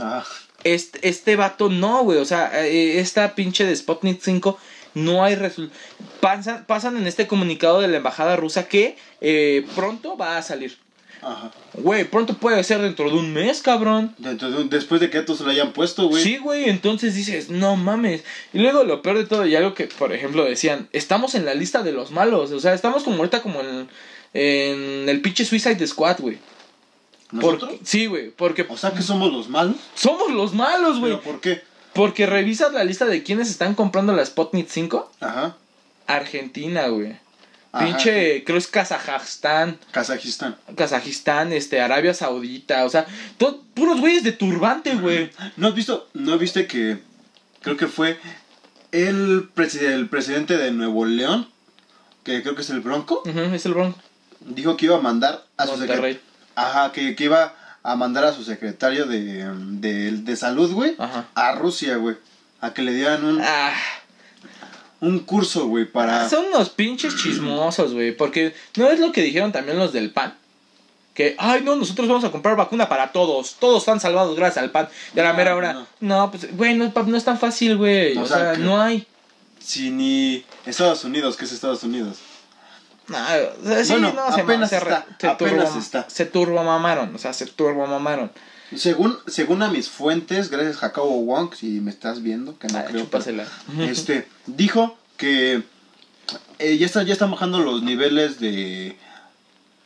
Ah, este, este vato no, güey. O sea, eh, esta pinche de Sputnik 5 no hay resultado. Pasan, pasan en este comunicado de la embajada rusa que eh, pronto va a salir. ajá. Güey, pronto puede ser dentro de un mes, cabrón. Entonces, después de que a todos se lo hayan puesto, güey. Sí, güey, entonces dices, no mames. Y luego lo peor de todo, y algo que, por ejemplo, decían, estamos en la lista de los malos. O sea, estamos como ahorita como en, en el pinche Suicide Squad, güey. ¿Nosotros? Porque- Sí, güey, porque O sea que somos los malos. somos los malos, güey. ¿Pero por qué? Porque revisas la lista de quienes están comprando la Spotnik 5. Ajá. Argentina, güey. Ajá. Pinche, creo es Kazajstán, Kazajistán. Kazajistán, este, Arabia Saudita, o sea, to- puros güeyes de turbante, güey. ¿No has visto, no viste que creo que fue el, presi- el presidente de Nuevo León, que creo que es el Bronco, Ujú, es el bronco. dijo que iba a mandar a Ah, su secretario. Monterrey. Ajá, que, que iba a mandar a su secretario de, em, de, de salud, güey, Ajá. a Rusia, güey. A que le dieran un, Ah, un curso, güey, para... son unos pinches chismosos, güey, porque no es lo que dijeron también los del PAN. Que, ay, no, nosotros vamos a comprar vacuna para todos. Todos están salvados gracias al PAN. Y a la No, mera hora, no, Ah, no. pues, güey, no, pa- no es tan fácil, güey. O O, sea, sea, que- no hay. Si ni Estados Unidos, que es Estados Unidos. No, o sea, sí, Bueno, no, se ma- apenas se, re- está, se apenas turbo- está. Se turbo mamaron, o sea, se turbo mamaron. Según, según a mis fuentes, gracias Jacobo Wong, si me estás viendo, que no Ah, creo, pero- *laughs* chúpasela. *laughs* este dijo que eh, ya están ya están bajando los niveles de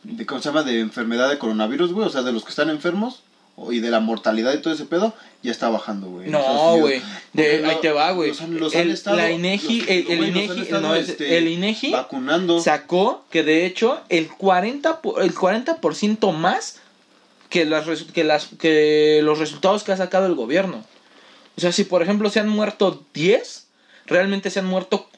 de cómo se llama de enfermedad de coronavirus güey o sea de los que están enfermos o- y de la mortalidad y todo ese pedo ya está bajando güey en Estados No, Unidos. güey. Porque De- lo- Ahí te va, güey. los han- los han El- estado- La INEGI, los- el, el güey, los han INEGI, estado, no, es- este, el INEGI vacunando sacó que de hecho el 40 po- el 40% más que las resu- que las que los resultados que ha sacado el gobierno. O sea, si por ejemplo se han muerto 10, realmente se han muerto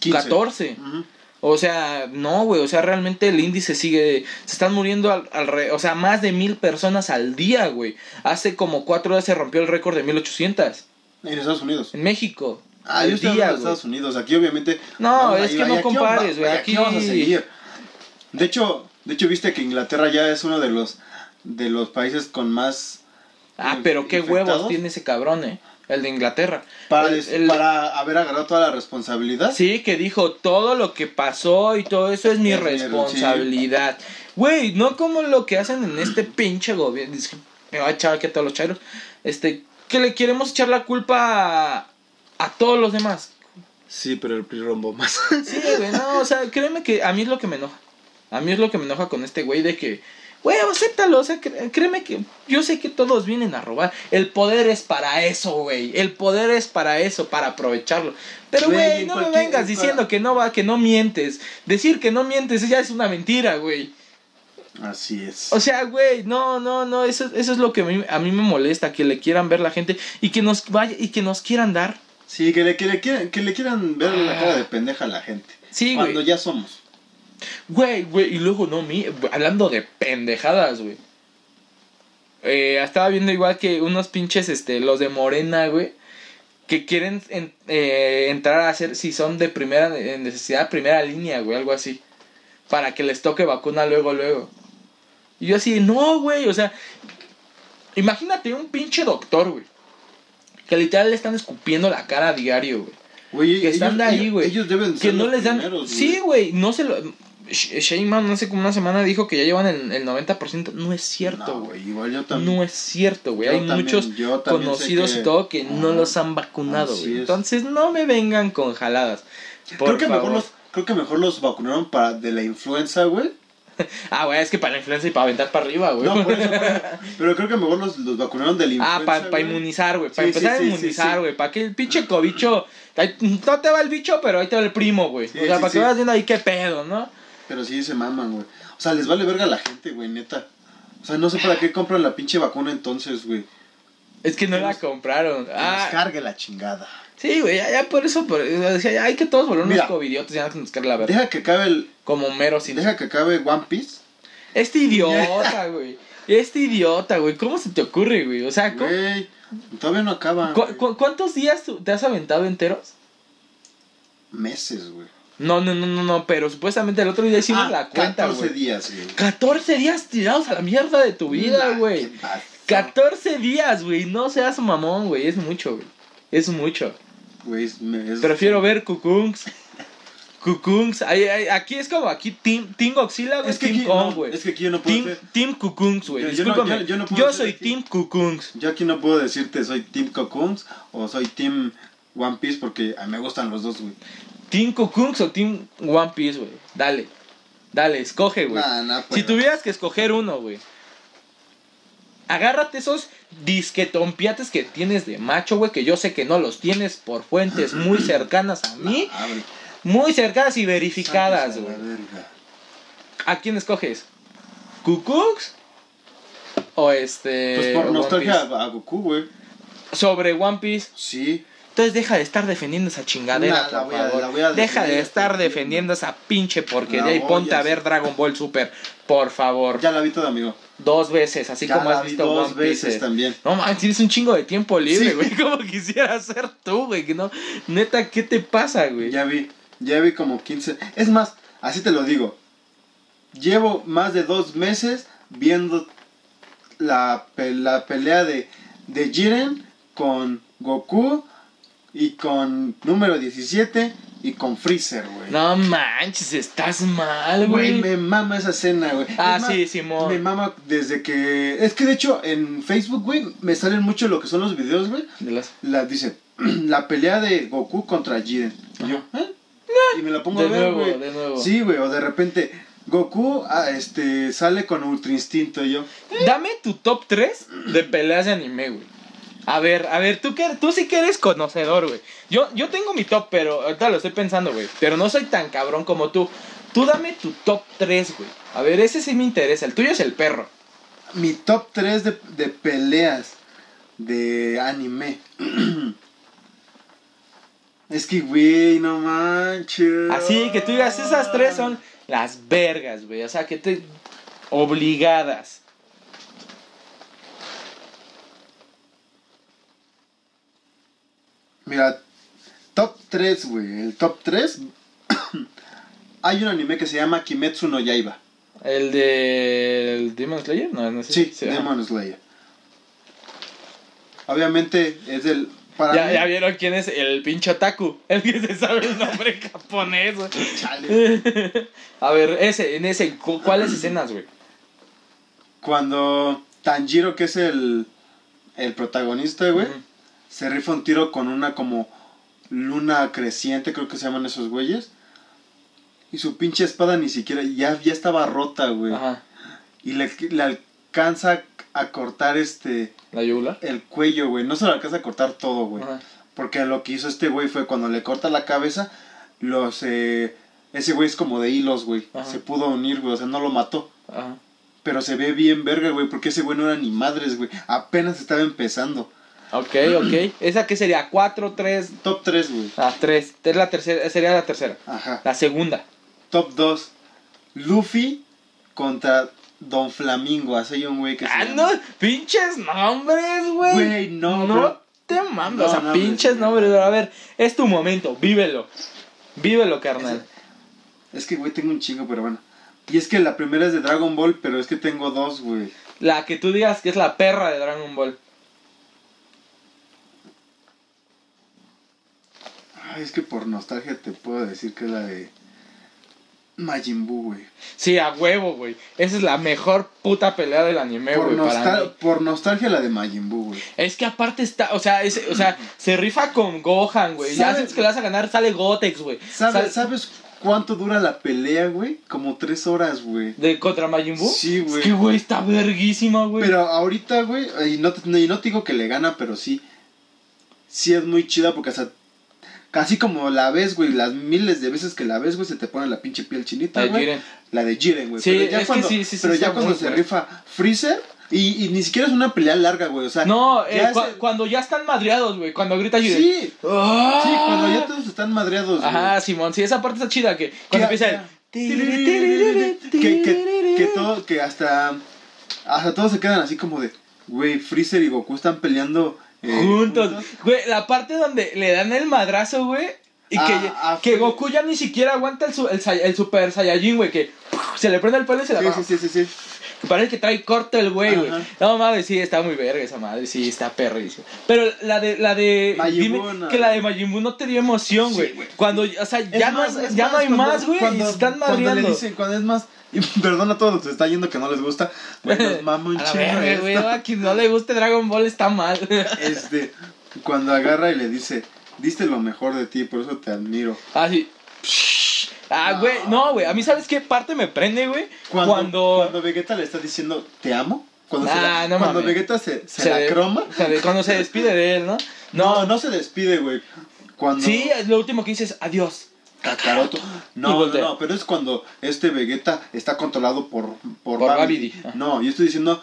15. 14. Ujú. O sea, no, güey. O sea, realmente el índice sigue. Se están muriendo al, al re- o sea, más de mil personas al día, güey. Hace como cuatro días se rompió el récord de 1800 en Estados Unidos en México. ah al yo estoy día, hablando de güey. Estados Unidos aquí obviamente No, vamos es ahí, que ahí, no aquí compares, va- güey, aquí- aquí vamos a seguir de hecho de hecho viste que Inglaterra ya es uno de los de los países con más Ah, Inf- pero qué infectados. huevos tiene ese cabrón, eh. El de Inglaterra. Para, El- des- el- para haber agarrado toda la responsabilidad. Sí, que dijo todo lo que pasó y todo eso es mi Es mi- responsabilidad. Güey, no como lo que hacen en este pinche gobierno. Dice, Me va a echar aquí a todos los chairos. Este, que le queremos echar la culpa a, a todos los demás. Sí, pero el PRI rombo más. Sí, güey, no, o sea, créeme que a mí es lo que me enoja. A mí es lo que me enoja con este güey de que, güey, acéptalo, o sea, cre- créeme que yo sé que todos vienen a robar. El poder es para eso, güey. El poder es para eso, para aprovecharlo. Pero, Güey, güey, en no me cualquier- vengas en diciendo cual- que no va, que no mientes. Decir que no mientes ya es una mentira, güey. *laughs* Así es. O sea, güey, no, no, no, eso, eso es lo que a mí, a mí me molesta, que le quieran ver la gente y que nos vaya y que nos quieran dar. Sí, que le, que le quieran, que le quieran ver la Ah. cara de pendeja a la gente. Sí, güey. Cuando ya somos. Güey, güey, y luego no, mi, hablando de pendejadas, güey. Eh, estaba viendo igual que unos pinches, este, los de Morena, güey. Que quieren en- eh, entrar a hacer, si son de primera en necesidad, primera línea, güey, algo así. Para que les toque vacuna luego, luego. Y yo así, no, güey, o sea, imagínate un pinche doctor, güey. Que literal le están escupiendo la cara a diario, güey. Güey, Que están de ahí, ellos- güey. Ellos deben Que ser no los les dan. primeros, sí, güey, no se lo. Sh- Sheinbaum hace como una semana dijo que ya llevan el, el 90%. No es cierto, No, güey. güey. Igual yo No, también. es cierto, güey. Yo Hay también- muchos yo también sé conocidos que- y todo que no Ah, los han vacunado, así güey. es. Entonces no me vengan con jaladas. Por creo, que mejor favor. los, creo que mejor los vacunaron para de la influenza, güey. Ah, güey, es que para la influenza y para aventar para arriba, güey. No, por eso, pero, pero creo que mejor los, los vacunaron de la influenza. *laughs* Ah, para güey. inmunizar, güey. Para Sí, sí, sí, empezar a sí, inmunizar, sí. güey. Para que el pinche cobicho. ahí- No te va el bicho, pero ahí te va el primo, güey. Sí, o sea, sí, para sí. que vayas viendo ahí qué pedo, ¿no? Pero sí se maman, güey. O sea, les vale verga a la gente, güey, neta. O sea, no sé para qué compran la pinche vacuna entonces, güey. Es que no Que la nos- compraron. Que Ah, nos cargue la chingada. Sí, güey, ya, ya por eso, por, o sea, ya hay que todos volver unos Mira. covidiotas, ya que nos cargue la verdad. Deja que acabe el. Como mero sin. Deja que acabe One Piece. Este idiota, güey. Este idiota, güey. ¿Cómo se te ocurre, güey? O sea, ¿cómo- Güey. Todavía no acaba. cu- güey. cu- ¿cuántos días tú- te has aventado enteros? Meses, güey. No, no, no, no, no, pero supuestamente el otro día hicimos Ah, la cuenta, 14 güey. días, güey. 14 días tirados a la mierda de tu vida, Nah, güey. qué pasó, 14 días, güey. No seas mamón, güey. Es mucho, güey. Es mucho. Güey, es- me- es- Prefiero ver Cucungs. Cucungs. Ay, ay, Aquí es como aquí Team, team Godzilla, güey. Es que, team aquí, Kong, no, güey. es que aquí yo no puedo Team, ser- team Cucungs, güey. Yo- yo no- Discúlpame. Yo, yo- yo no puedo ser soy aquí. Team Cucungs. Yo aquí no puedo decirte soy Team Cocoons o soy Team One Piece porque a mí me gustan los dos, güey. Team Cucungs o Team One Piece, güey. Dale. Dale, escoge, güey. Nah, nah, si pues. tuvieras que escoger uno, güey. Agárrate esos disquetompiates que tienes de macho, güey, que yo sé que no los tienes por fuentes muy cercanas a mí, Madre, muy cercanas y verificadas, Ah, sáquese a güey. la verga. ¿A quién escoges? ¿Cucux? ¿O este.? Pues por One nostalgia Piece? a, a Goku, güey. Sobre One Piece. Sí. Entonces deja de estar defendiendo esa Nah, chingadera, la por voy a- favor. la voy a deja de defender. estar defendiendo esa pinche La porquería y voy ponte a a ver hacer. Dragon Ball Super, por favor. Ya la vi toda, amigo. Dos veces, así Ya como la has vi visto dos One Piece. eh. veces también. No mames, tienes un chingo de tiempo libre, Sí. güey. *laughs* Como quisiera ser tú, güey. que No, neta, ¿qué te pasa, güey? Ya vi, ya vi como 15. Es más, así te lo digo. Llevo más de dos meses viendo la, pe- la pelea de, de Jiren con Goku y con número 17 y con Freezer, güey. No manches, estás mal, Güey, güey. me mama esa escena, güey. Es Ah, más, sí, Simón. Me mama desde que. Es que de hecho en Facebook, güey, me salen mucho lo que son los videos, güey. De las- La, dice, *clears throat* la pelea de Goku contra Jiren. Y yo, ¿eh? Y me la pongo De a ver, nuevo, güey. de nuevo. Sí, güey, o de repente Goku ah, este, sale con Ultra Instinto y yo. Dame tu top 3 de peleas de anime, güey. A ver, a ver, tú, que, tú sí que eres conocedor, güey. Yo, yo tengo mi top, pero ahorita lo estoy pensando, güey. Pero no soy tan cabrón como tú. Tú dame tu top 3, güey. A ver, ese sí me interesa. El tuyo es el perro. Mi top 3 de, de peleas de anime. *clears throat* es que, güey, no manches. Así que tú digas, esas tres son las vergas, güey. O sea, que te... Obligadas. Mira, top 3, güey. El top 3. *clears throat* Hay un anime que se llama Kimetsu no Yaiba. ¿El de el Demon Slayer? No, no sé. Sí, si- Demon Slayer. Obviamente es del. Para Ya, mí- ya vieron quién es el pinche otaku. El que se sabe el nombre *laughs* en japonés, güey. Chale. *laughs* A ver, ese, en ese, cu- ¿cuáles escenas, güey? Cuando Tanjiro, que es el, el protagonista, güey, Ujú. se rifa un tiro con una como luna creciente, creo que se llaman esos güeyes. Y su pinche espada ni siquiera, ya, ya estaba rota, güey. Ajá. Y le, le alcanza a cortar este, La yugular. el cuello, güey. No se lo alcanza a cortar todo, güey. Ajá. Porque lo que hizo este güey fue cuando le corta la cabeza, los, eh, ese güey es como de hilos, güey. Ajá. Se pudo unir, güey, o sea, no lo mató. Ajá. Pero se ve bien verga, güey, porque ese güey no era ni madres, güey. Apenas estaba empezando. Ok, ok. ¿Esa qué sería? ¿Cuatro, tres? Top 3, güey. Ah, tres. Es la tercera, sería la tercera. Ajá. La segunda. Top 2. Luffy contra Don Flamingo. Así hay un güey que se Ah, no, llama- pinches nombres, güey. Güey, no, bro. te mames, No, o sea, no, pinches güey. nombres, bro. A ver, es tu momento, vívelo. Vívelo, carnal. Es que, güey, tengo un chingo, pero bueno. Y es que la primera es de Dragon Ball, pero es que tengo dos, güey. La que tú digas que es la perra de Dragon Ball. Ay, Ah, es que por nostalgia te puedo decir que es la de Majin Buu, güey. Sí, a huevo, güey. Esa es la mejor puta pelea del anime, Por, Eh, güey, para nostal- mí. por nostalgia la de Majin Buu, güey. Es que aparte está, o sea, es- o sea, se rifa con Gohan, güey. Ya ¿Sabes? sabes que le vas a ganar, sale Gotex, güey. Sale- ¿Sabes, ¿Sabes cuánto dura la pelea, güey? Como tres horas, güey. ¿De contra Majin Buu? Sí, güey. Es que, güey, está verguísima, güey. Pero ahorita, güey, y no, te- y no te digo que le gana, pero sí. Sí es muy chida porque hasta. Casi como la ves, güey, las miles de veces que la ves, güey, se te pone la pinche piel chinita, Ay, güey. Jiren. La de Jiren, güey. Sí, pero ya es que cuando, sí, sí, sí, pero está ya cuando muy se fuerte. rifa Freezer, y, y ni siquiera es una pelea larga, güey, o sea. No, eh, ya cu- es el- cuando ya están madreados, güey. Cuando grita Jiren. Sí, ¡Ah! sí, cuando ya todos están madreados, güey. Ajá, Simón, sí, esa parte está chida que cuando Que- empieza el que, que, que todo, que hasta hasta todos se quedan así como de güey Freezer y Goku están peleando eh, juntos, güey, la parte donde le dan el madrazo, güey, y que, Ah, ah, que fue- Goku ya ni siquiera aguanta el, su- el, Sai- el Super Saiyajin, güey, que se le prende el pelo y se la Sí, baja. sí, sí, sí, sí. Que parece que trae corto el güey, güey. Ajá. No mames, sí, está muy verga esa madre, sí, está perrísima. Pero la de la de Majin dime Buu, no. que la de Majin Buu no te dio emoción, Sí, güey. güey. Cuando, o sea, Es ya no más, es ya no hay cuando- más, güey, y se están Cuando le madreando. dicen, cuando es más, *laughs* y perdón a todos los que se está yendo que no les gusta, güey, *laughs* nos mama un A la chingo verga, esto. *laughs* güey, a quien no le guste Dragon Ball está mal. Este, cuando agarra y le dice, diste lo mejor de ti, por eso te admiro. Ah, sí. Ah, No. güey, no, güey, a mí sabes qué parte me prende, güey. Cuando, cuando Vegeta le está diciendo, te amo, Cuando, se Nah, la- no cuando mames. Vegeta se, se Se la de- croma. se de- cuando se despide de él, ¿no? No, no, se despide, güey. Cuando Sí, lo último que dice es adiós. Kakaroto. No, no, voltea. no, pero es cuando este Vegeta está controlado por, por, Por Babidi. Babidi, ajá. No, yo estoy diciendo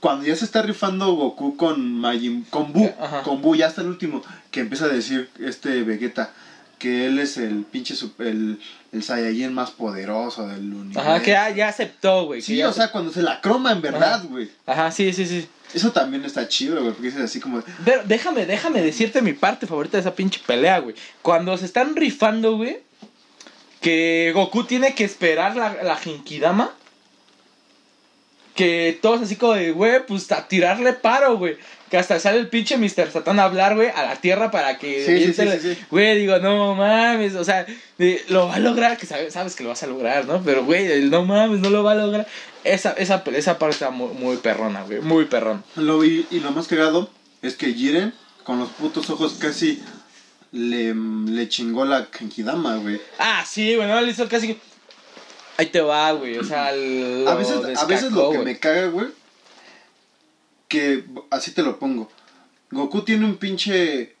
cuando ya se está rifando Goku con Majin, con Bu, Eh, Ajá. con Bu, ya hasta el último, que empieza a decir este Vegeta que él es el pinche sup- el, el Saiyajin más poderoso del universo. Ajá, que ah, ya, ya aceptó, güey. que Sí, ya o sea, cuando se la croma en verdad, güey. Ajá, sí, sí, sí. Eso también está chido, güey, porque es así como... Pero déjame, déjame decirte mi parte favorita de esa pinche pelea, güey. Cuando se están rifando, güey, que Goku tiene que esperar la, la Genkidama. Que todos así como de, güey, pues a tirarle paro, güey. Que hasta sale el pinche Mr. Satán a hablar, güey, a la tierra para que... Sí, sí, sí, sí, aviente sí. Güey, digo, no mames, o sea, de- lo va a lograr, que sabes, sabes que lo vas a lograr, ¿no? Pero, güey, el no mames, no lo va a lograr. Esa, esa, esa parte está muy, muy perrona, güey, muy perrón. Lo vi, y lo más cagado es que Jiren, con los putos ojos casi, le, le chingó la Kenkidama, güey. Ah, sí, güey, no le hizo casi. que- Ahí te va, güey. *clears throat* O sea, lo A veces, a veces lo descacó, que güey. me caga, güey, que así te lo pongo. Goku tiene un pinche...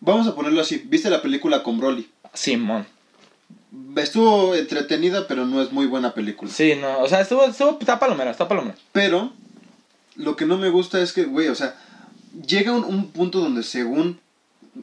Vamos a ponerlo así. ¿Viste la película con Broly? Simón. Estuvo entretenida, pero no es muy buena película. Sí, no. O sea, estuvo, estuvo, está palomera, está palomera. Pero lo que no me gusta es que, güey, o sea, llega un, un punto donde según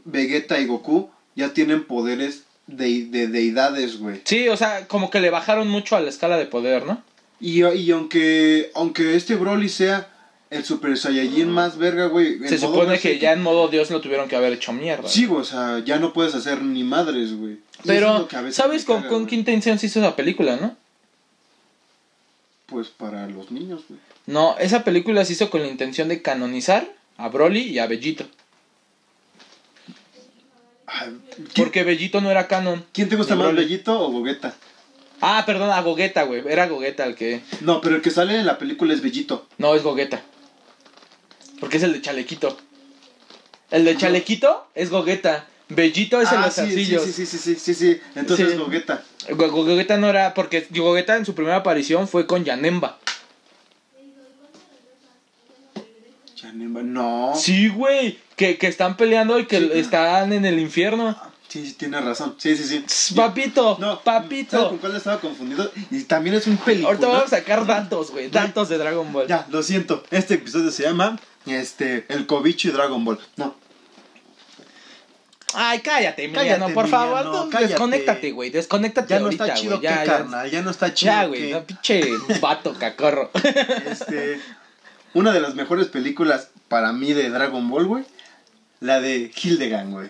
Vegeta y Goku ya tienen poderes de, de deidades, güey. Sí, o sea, como que le bajaron mucho a la escala de poder, ¿no? Y, y aunque, aunque este Broly sea el Super Saiyajin más verga, güey. en Mm. Se modo supone que berserker, ya en modo Dios lo tuvieron que haber hecho mierda. Sí, güey, o sea, ya no puedes hacer ni madres, güey. Y eso es Pero, lo que a veces ¿sabes me con, caga, con güey. qué intención se hizo esa película, no? Pues para los niños, güey. No, esa película se hizo con la intención de canonizar a Broly y a Bellito. Ay, ¿Quién, Porque Bellito no era canon. quién te gusta ni más, Broly. Bellito o Gogeta? Ah, perdón, a Gogeta, güey. Era Gogeta el que. No, pero el que sale en la película es Bellito. No, es Gogeta. Porque es el de Chalequito. El de Chalequito es Gogeta. Bellito es el de Ah, sí, zarcillos. Sí, sí, sí, sí, sí, sí. Entonces Sí. Gogeta. Go- Go- Gogeta no era. Porque Gogeta en su primera aparición fue con Yanemba. Yanemba, No. Sí. Sí, güey. Que, que están peleando y que Sí. están en el infierno. sí, tiene razón. Sí, sí, sí. Tss, Papito, No, ¿sabes con papito. cuál estaba confundido? Y también es un Ahorita película. vamos a sacar datos, güey. Datos de Dragon Ball. Ya, lo siento. Este episodio se llama este El Cobicho y Dragon Ball. No. Ay, cállate, Cállate, Emiliano, por favor. Emiliano, no, cállate. desconéctate, güey. Desconéctate Ya no ahorita, está chido güey. que Ya, ya, carnal, ya no está chido ya, güey. que- *laughs* No, pinche vato cacorro. Este, una de las mejores películas para mí de Dragon Ball, güey, la de Hildegard, güey.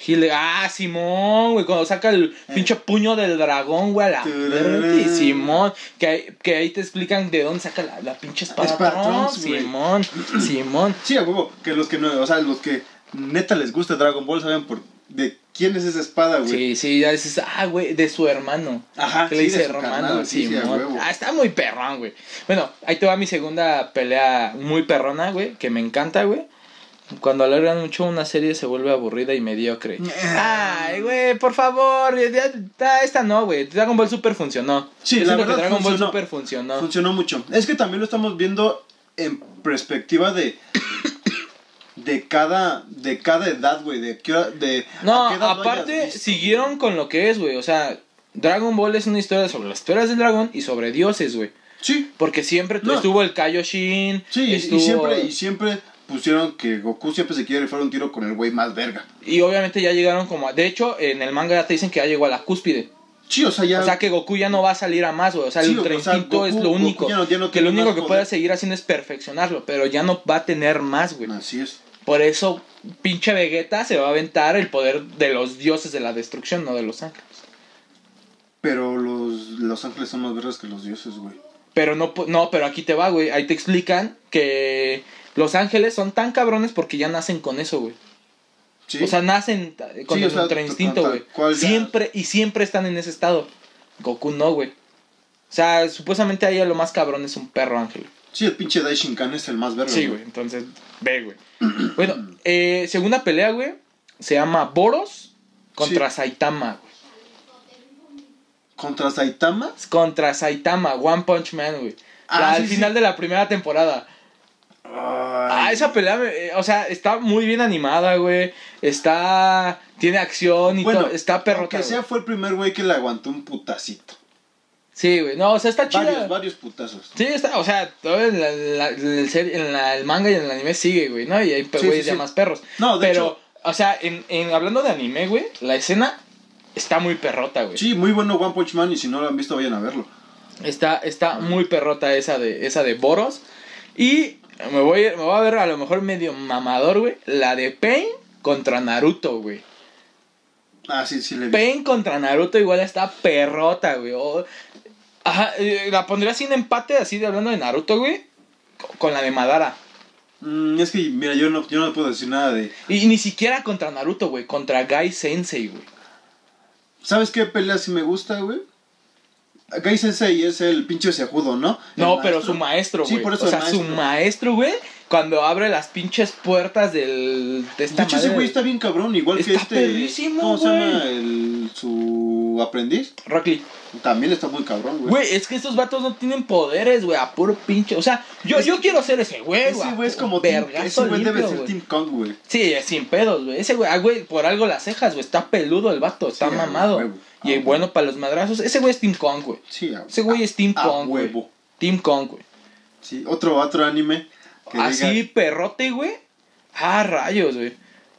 Gile- ah, Simón, güey, cuando saca el Eh. pinche puño del dragón, güey, a la Tururú. verga, Simón, que, ahí- que ahí te explican de dónde saca la, la pinche espada. Espadrón, Trunks, güey. Simón, Simón. Sí, a huevo, que los que no, o sea, los que neta les gusta Dragon Ball saben por de quién es esa espada, güey. Sí, sí, ya dices, ah, güey, de su hermano. Ajá, Que le sí, dice de su hermano, carnal, sí, sí, a Simón. huevo. ah, está muy perrón, güey. Bueno, ahí te va mi segunda pelea muy perrona, güey, que me encanta, güey. Cuando alargan mucho una serie se vuelve aburrida y mediocre. Eh. Ay, güey, por favor, ya- ya- esta no, güey. Dragon Ball Super funcionó. Sí, Yo la siento verdad que Dragon funcionó. Ball Super funcionó. Funcionó mucho. Es que también lo estamos viendo en perspectiva de de cada de cada edad, güey, de qué hora- de No, a qué edad lo hayas aparte visto. siguieron con lo que es, güey. O sea, Dragon Ball es una historia sobre las esferas del dragón y sobre dioses, güey. Sí. Porque siempre tu- No. estuvo el Kaioshin. Sí, y- estuvo- y siempre y siempre pusieron que Goku siempre se quiere rifar un tiro con el güey más verga. y obviamente ya llegaron como... a- De hecho, en el manga ya te dicen que ya llegó a la cúspide. Sí, o sea, ya O sea, que Goku ya no va a salir a más, güey. O sea, Sí, el o sea, Ultra Instinto Goku- es lo Goku único. ya no- ya no que lo tiene único más que poder. puede seguir haciendo es perfeccionarlo. Pero ya no va a tener más, güey. así es. Por eso, pinche Vegeta se va a aventar el poder de los dioses de la destrucción, no de los ángeles. Pero los los ángeles son más vergas que los dioses, güey. Pero no, pu- no, pero aquí te va, güey. Ahí te explican que los ángeles son tan cabrones porque ya nacen con eso, güey. Sí. O sea, nacen ta- con Sí, el o sea, ultra instinto, tal güey. cual ya- Siempre y siempre están en ese estado. Goku no, güey. O sea, supuestamente ahí lo más cabrón es un perro ángel. sí, el pinche Daishinkan es el más verga. Sí, güey. Entonces, ve, güey. *clears throat* bueno, eh, segunda pelea, güey. Se llama Boros contra Saitama, güey. Contra Saitama Contra Saitama, One Punch Man, güey. Ah, La- sí, al sí. final de la primera temporada. Ah, esa pelea, me- eh, o sea, está muy bien animada, güey. Está. Tiene acción y todo. Está perrota. Que sea güey. fue el primer güey que le aguantó un putacito. Sí, güey. No, o sea, está chida. Varios, varios putazos. Sí, está, o sea, todo en, la- la- en el, ser- en la- el manga y en el anime sigue, güey, ¿no? Y hay pe- Sí, güeyes sí, ya sí. más perros. No, de Pero, hecho- o sea, en, en- hablando de anime, güey, la escena está muy perrota, güey. Sí, muy bueno One Punch Man y si no lo han visto vayan a verlo. Está, está muy perrota esa de, esa de Boros. Y me voy, me voy a ver a lo mejor medio mamador, güey. La de Pain contra Naruto, güey. Ah, sí, sí le vi. Pain contra Naruto igual está perrota, güey. O- Ajá, eh, la pondría sin empate, así de hablando de Naruto, güey. co- Con la de Madara. Mm, es que, mira, yo no, yo no puedo decir nada de... Y ni siquiera contra Naruto, güey. Contra Gai Sensei, güey. ¿Sabes qué pelea si me gusta, güey? Gai Sensei es el pinche sejudo, ¿no? No, El pero su maestro, Sí, güey. por eso o el sea, su maestro. maestro, güey. Cuando abre las pinches puertas del. De esta De hecho, ese madre güey de- está bien cabrón, igual que Está este... perrísimo, ¿Cómo se güey. llama el, su aprendiz? Rock Lee. También está muy cabrón, güey. Güey, es que estos vatos no tienen poderes, güey. A puro pinche. O sea, yo, yo quiero ser ese güey, Ese a güey es puro como Team... vergazo Ese güey debe limpio, ser güey. Team Kong, güey. Sí, sin pedos, güey. Ese güey, ah, güey, por algo las cejas, güey. Está peludo el vato, está Sí, a mamado. huevo, Ah, a y huevo. bueno para los madrazos. Ese güey es Team Kong, güey. Sí, a- Ese güey es Team a Kong, güey. huevo. Team Kong, güey. Sí, otro, otro anime. que Así diga- perrote, güey. Ah, rayos, güey.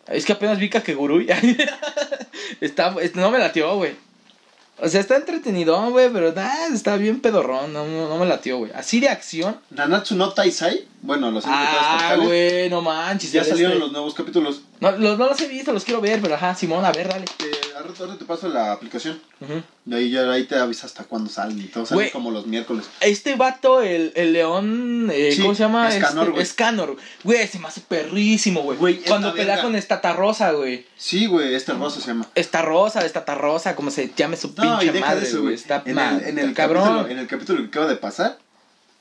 Es que apenas vi Kakegurui. *laughs* está, es- no me latió, güey. O sea, está entretenido, güey, pero nah, está bien pedorrón. No, no, no me latió, güey. Así de acción. Nanatsu no Taisai. Bueno, los invitados Ah, portales. güey, no manches. Ya pero salieron este- los nuevos capítulos. No, los, no los he visto, los quiero ver, pero ajá, Simón, a ver, dale. Eh, al rato, ahorita te paso la aplicación. Ujú. De ahí ya ahí te avisa hasta cuándo salen. Y todo salen Güey. como los miércoles. Este vato, el, el león, eh, Sí, ¿cómo se llama? Escanor, Este, güey. Escanor, güey, se me hace perrísimo, güey. Güey, esta Cuando pelea verga. con esta tarrosa, güey. Sí, güey, este hermoso se llama. Esta rosa, esta tarrosa, como se llame su No, y pinche deja madre, de eso, güey. güey. Está En, mal, el, en, el cabrón. capítulo, en el capítulo que acaba de pasar,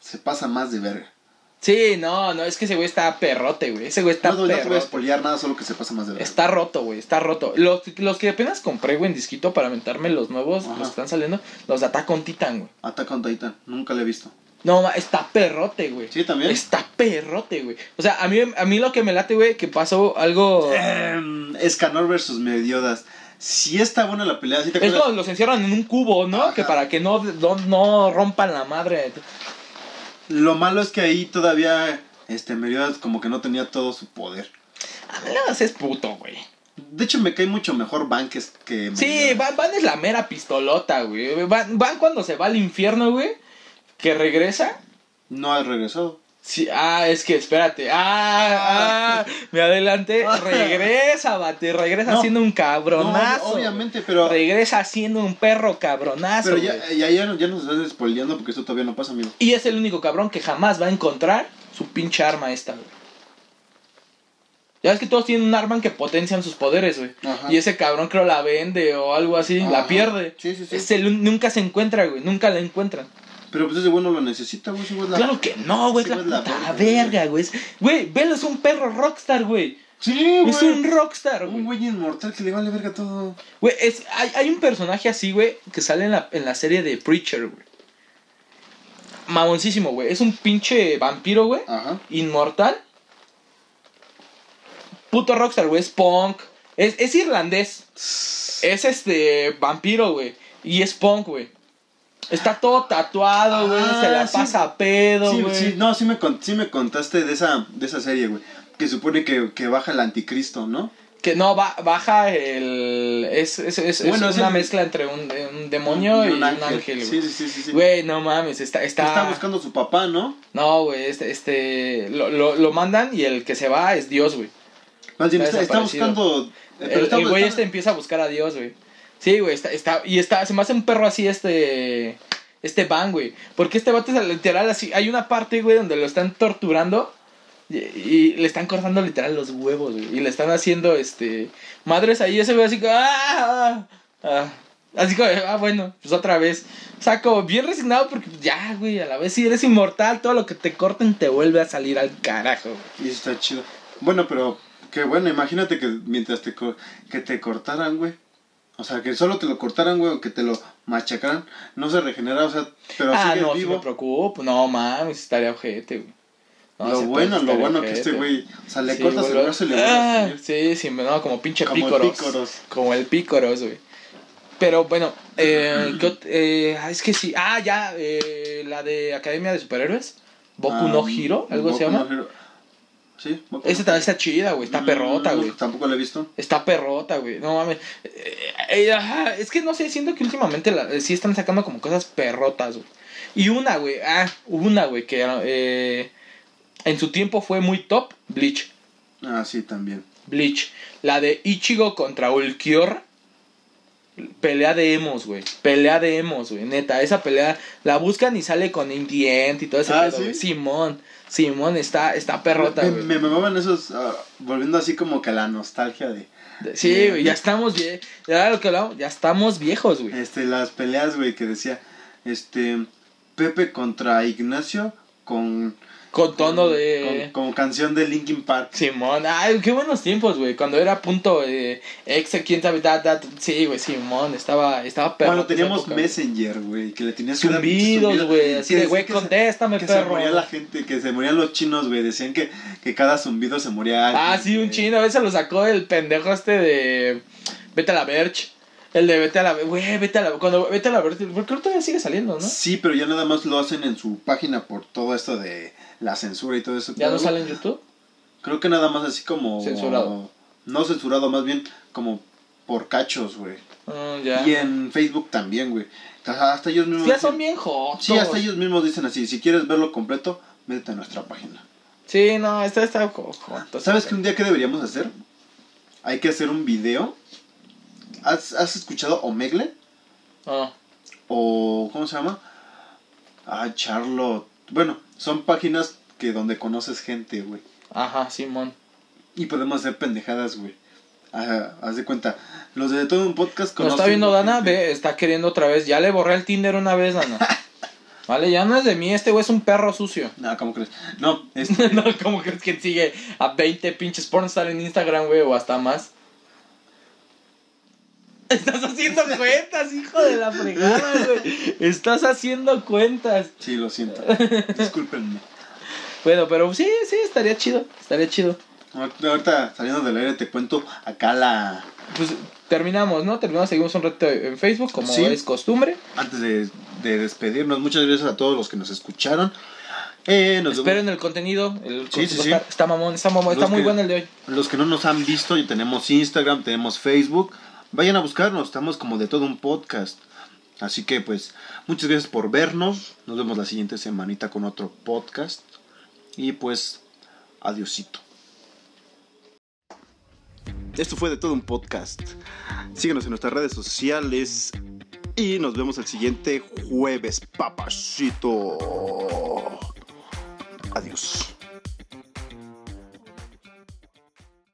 se pasa más de verga. Sí, no, no, es que ese güey está perrote, güey. Ese güey está No, no, no te voy a perrote. spoilear nada, solo que se pasa más de verga. Está roto, güey, está roto. Los, los que apenas compré, güey, en disquito para aventarme los nuevos, Ajá. los que están saliendo, los de Attack on Titan, güey. Attack on Titan, nunca lo he visto. No, ma, está perrote, güey. Sí, ¿eh? también. Está perrote, güey. O sea, a mí, a mí lo que me late, güey, que pasó algo... Em, Escanor versus Mediodas. Si está buena la pelea, si te Es acuerdas? cuando los encierran en un cubo, ¿no? Ajá. Que para que no, no, no rompan la madre. Lo malo es que ahí todavía este Meliodas como que no tenía todo su poder. A mí nada más es puto, güey. De hecho me cae mucho mejor Van que, que Sí, Meliodas. Van, Van es la mera pistolota, güey. Van, Van cuando se va al infierno, güey, que regresa. No ha regresado. Sí, ah, es que espérate. Ah, ah, me adelanté. Ah. Regresa, bate. Regresa No. siendo un cabronazo. No, güey. obviamente, pero Regresa siendo un perro cabronazo. pero ya, güey. ya, ya, ya nos estás spoileando porque eso todavía no pasa, amigo. Y es el único cabrón que jamás va a encontrar su pinche arma esta, güey. Ya ves que todos tienen un arma en que potencian sus poderes, güey. Ajá. Y ese cabrón creo la vende o algo así, la Ajá. pierde. Sí, sí, sí. Es el un- nunca se encuentra, güey. Nunca la encuentran. Pero pues ese güey no lo necesita, güey. ese güey es la- Claro que no, güey. Es Sí, la güey, es la puta verga, verga, güey. Es- Güey, Velo es un perro rockstar, güey. Sí, güey. Es un rockstar, Un güey. güey inmortal que le vale verga todo. Güey, es, hay, hay un personaje así, güey, que sale en la, en la serie de Preacher, güey. Mamoncísimo, güey. Es un pinche vampiro, güey. Ajá. Inmortal. Puto rockstar, güey. Es punk. Es, es irlandés. Es este vampiro, güey. Y es punk, güey. Está todo tatuado, güey. Ah, se la sí. pasa a pedo, Sí, güey. sí, no, sí me, con- sí me contaste de esa, de esa serie, güey. Que supone que, que baja el anticristo, ¿no? Que no, ba- baja el. Es, es, es, es Bueno, es una el- mezcla entre un, un demonio y, un ángel, Sí, güey. sí, sí, sí. sí. Güey, no mames, está. Que Está, Está buscando a su papá, ¿no? No, güey, este. este lo, lo, lo mandan y el que se va es Dios, güey. Más bien, Está está, está desaparecido. buscando. eh, pero El, está- el güey está- este empieza a buscar a Dios, güey. Sí, güey, está, está, y está, se me hace un perro así este, este van, güey. Porque este vato es literal así, hay una parte, güey, donde lo están torturando y, y le están cortando literal los huevos, güey. Y le están haciendo, este, madres ahí, ese güey así como, "Ah, ah, ah". Así como, ah, bueno, pues otra vez. O sea, como bien resignado porque pues, ya, güey, a la vez si eres inmortal, todo lo que te corten te vuelve a salir al carajo, güey. Y eso está chido. Bueno, pero. Qué bueno, imagínate que mientras te, co- que te cortaran, güey. O sea, que solo te lo cortaran, güey, o que te lo machacaran. No se regenera, o sea, pero Ah, sigues no, sí me vivo. preocupo. No mames, estaría ojete, güey. No, lo sí, bueno, pues, lo estaría bueno que este ojete. güey. O sea, le Sí, cortas vuelve- el brazo y le Ah, vuelves Sí, sí, no, como pinche Como el pícoros. pícoros. Como el pícoros, güey. Pero bueno, eh, ¿qué ot- eh, ah, es que sí. Ah, ya, eh, la de Academia de Superhéroes. Boku no Hiro, algo se llama. Sí, Boku no Esta también Ah, Hero. está chida, güey. Está perrota, Mm, güey. Tampoco la he visto. Está perrota, güey. No mames. Eh, eh, ajá, Es que no sé, siento que últimamente la- eh, sí están sacando como cosas perrotas, güey. Y una, güey. Ah, una, güey, que eh, en su tiempo fue muy top. Bleach. Ah, sí, también. Bleach. La de Ichigo contra Ulquiorra. Pelea de emos, güey. Pelea de emos, güey. Neta, esa pelea la buscan y sale con Indient y todo ese Ah, pedo, ¿sí? güey. Simón. Simón está, está perrota, Me- güey. Me mamaban esos. ah, volviendo así como que a la nostalgia de. Sí, güey, ya estamos bien. Ya era lo que hablamos, ya estamos viejos, güey. Este, las peleas, güey, que decía. Este. Pepe contra Ignacio con. Con tono de. Con, con canción de Linkin Park. Simón, ay, qué buenos tiempos, güey. Cuando era punto eh, ex, quién sabe, da, da, sí, güey, Simón, estaba, estaba perro. Cuando esa teníamos época, güey. Messenger, güey, que le tenías que dar Zumbidos, zumbido, güey, así que de, decía güey, que se- contéstame, Que se perro. moría la gente, que se morían los chinos, güey. Decían que, que cada zumbido se moría alguien. Ah, sí, un güey. chino, ese lo sacó el pendejo este de. Vete a la Verge. El de vete a la. Güey, vete a la. Cuando vete a la Verge. Creo que todavía sigue saliendo, ¿no? Sí, pero ya nada más lo hacen en su página por todo esto de la censura y todo eso. Ya no Creo- sale en YouTube. Creo que nada más así como. Censurado. No censurado, más bien como por cachos, güey. Mm, ya. Y en Facebook también, güey. Hasta hasta ellos mismos. Sí, ya son dicen- bien jotos. Sí, hasta ellos mismos dicen así. Si quieres verlo completo, métete a nuestra página. Sí, no, esta está jo- joto. ¿Sabes que un día que deberíamos hacer? Hay que hacer un video. ¿Has, has escuchado Omegle? Ah, O. ¿Cómo se llama? Ah, Charlotte. Bueno, son páginas que donde conoces gente, güey. ajá, Simón. Y podemos hacer pendejadas, güey. Ah, haz de cuenta. Los de todo un podcast Nos está conocen viendo Dana, gente. ve, está queriendo otra vez. Ya le borré el Tinder una *laughs* vez, Dana. Vale, ya no es de mí, este güey es un perro sucio. *laughs* No, ¿cómo crees? No, este, no, ¿cómo crees que sigue a 20 pinches pornstar en Instagram, güey, o hasta más? *laughs* Estás *laughs* haciendo cuentas, hijo de la fregada, güey. Estás haciendo cuentas. sí, lo siento. Discúlpenme. Bueno, pero sí, sí, estaría chido, estaría chido. Ahorita ahorita, saliendo del aire te cuento acá la... Pues terminamos, ¿no? Terminamos, seguimos un rato en Facebook, como Sí. es costumbre. Antes de, de despedirnos, muchas gracias a todos los que nos escucharon. Eh, nos vemos. Esperen el contenido. El Sí, sí, va a sí. estar- Está mamón, está mamón, está Los muy que- bueno el de hoy. Los que no nos han visto, ya tenemos Instagram, tenemos Facebook. Vayan a buscarnos, estamos como de todo un podcast. Así que pues, muchas gracias por vernos. Nos vemos la siguiente semanita con otro podcast. Y pues, adiosito. Esto fue de todo un podcast. Síguenos en nuestras redes sociales y nos vemos el siguiente jueves, papachito. Adiós.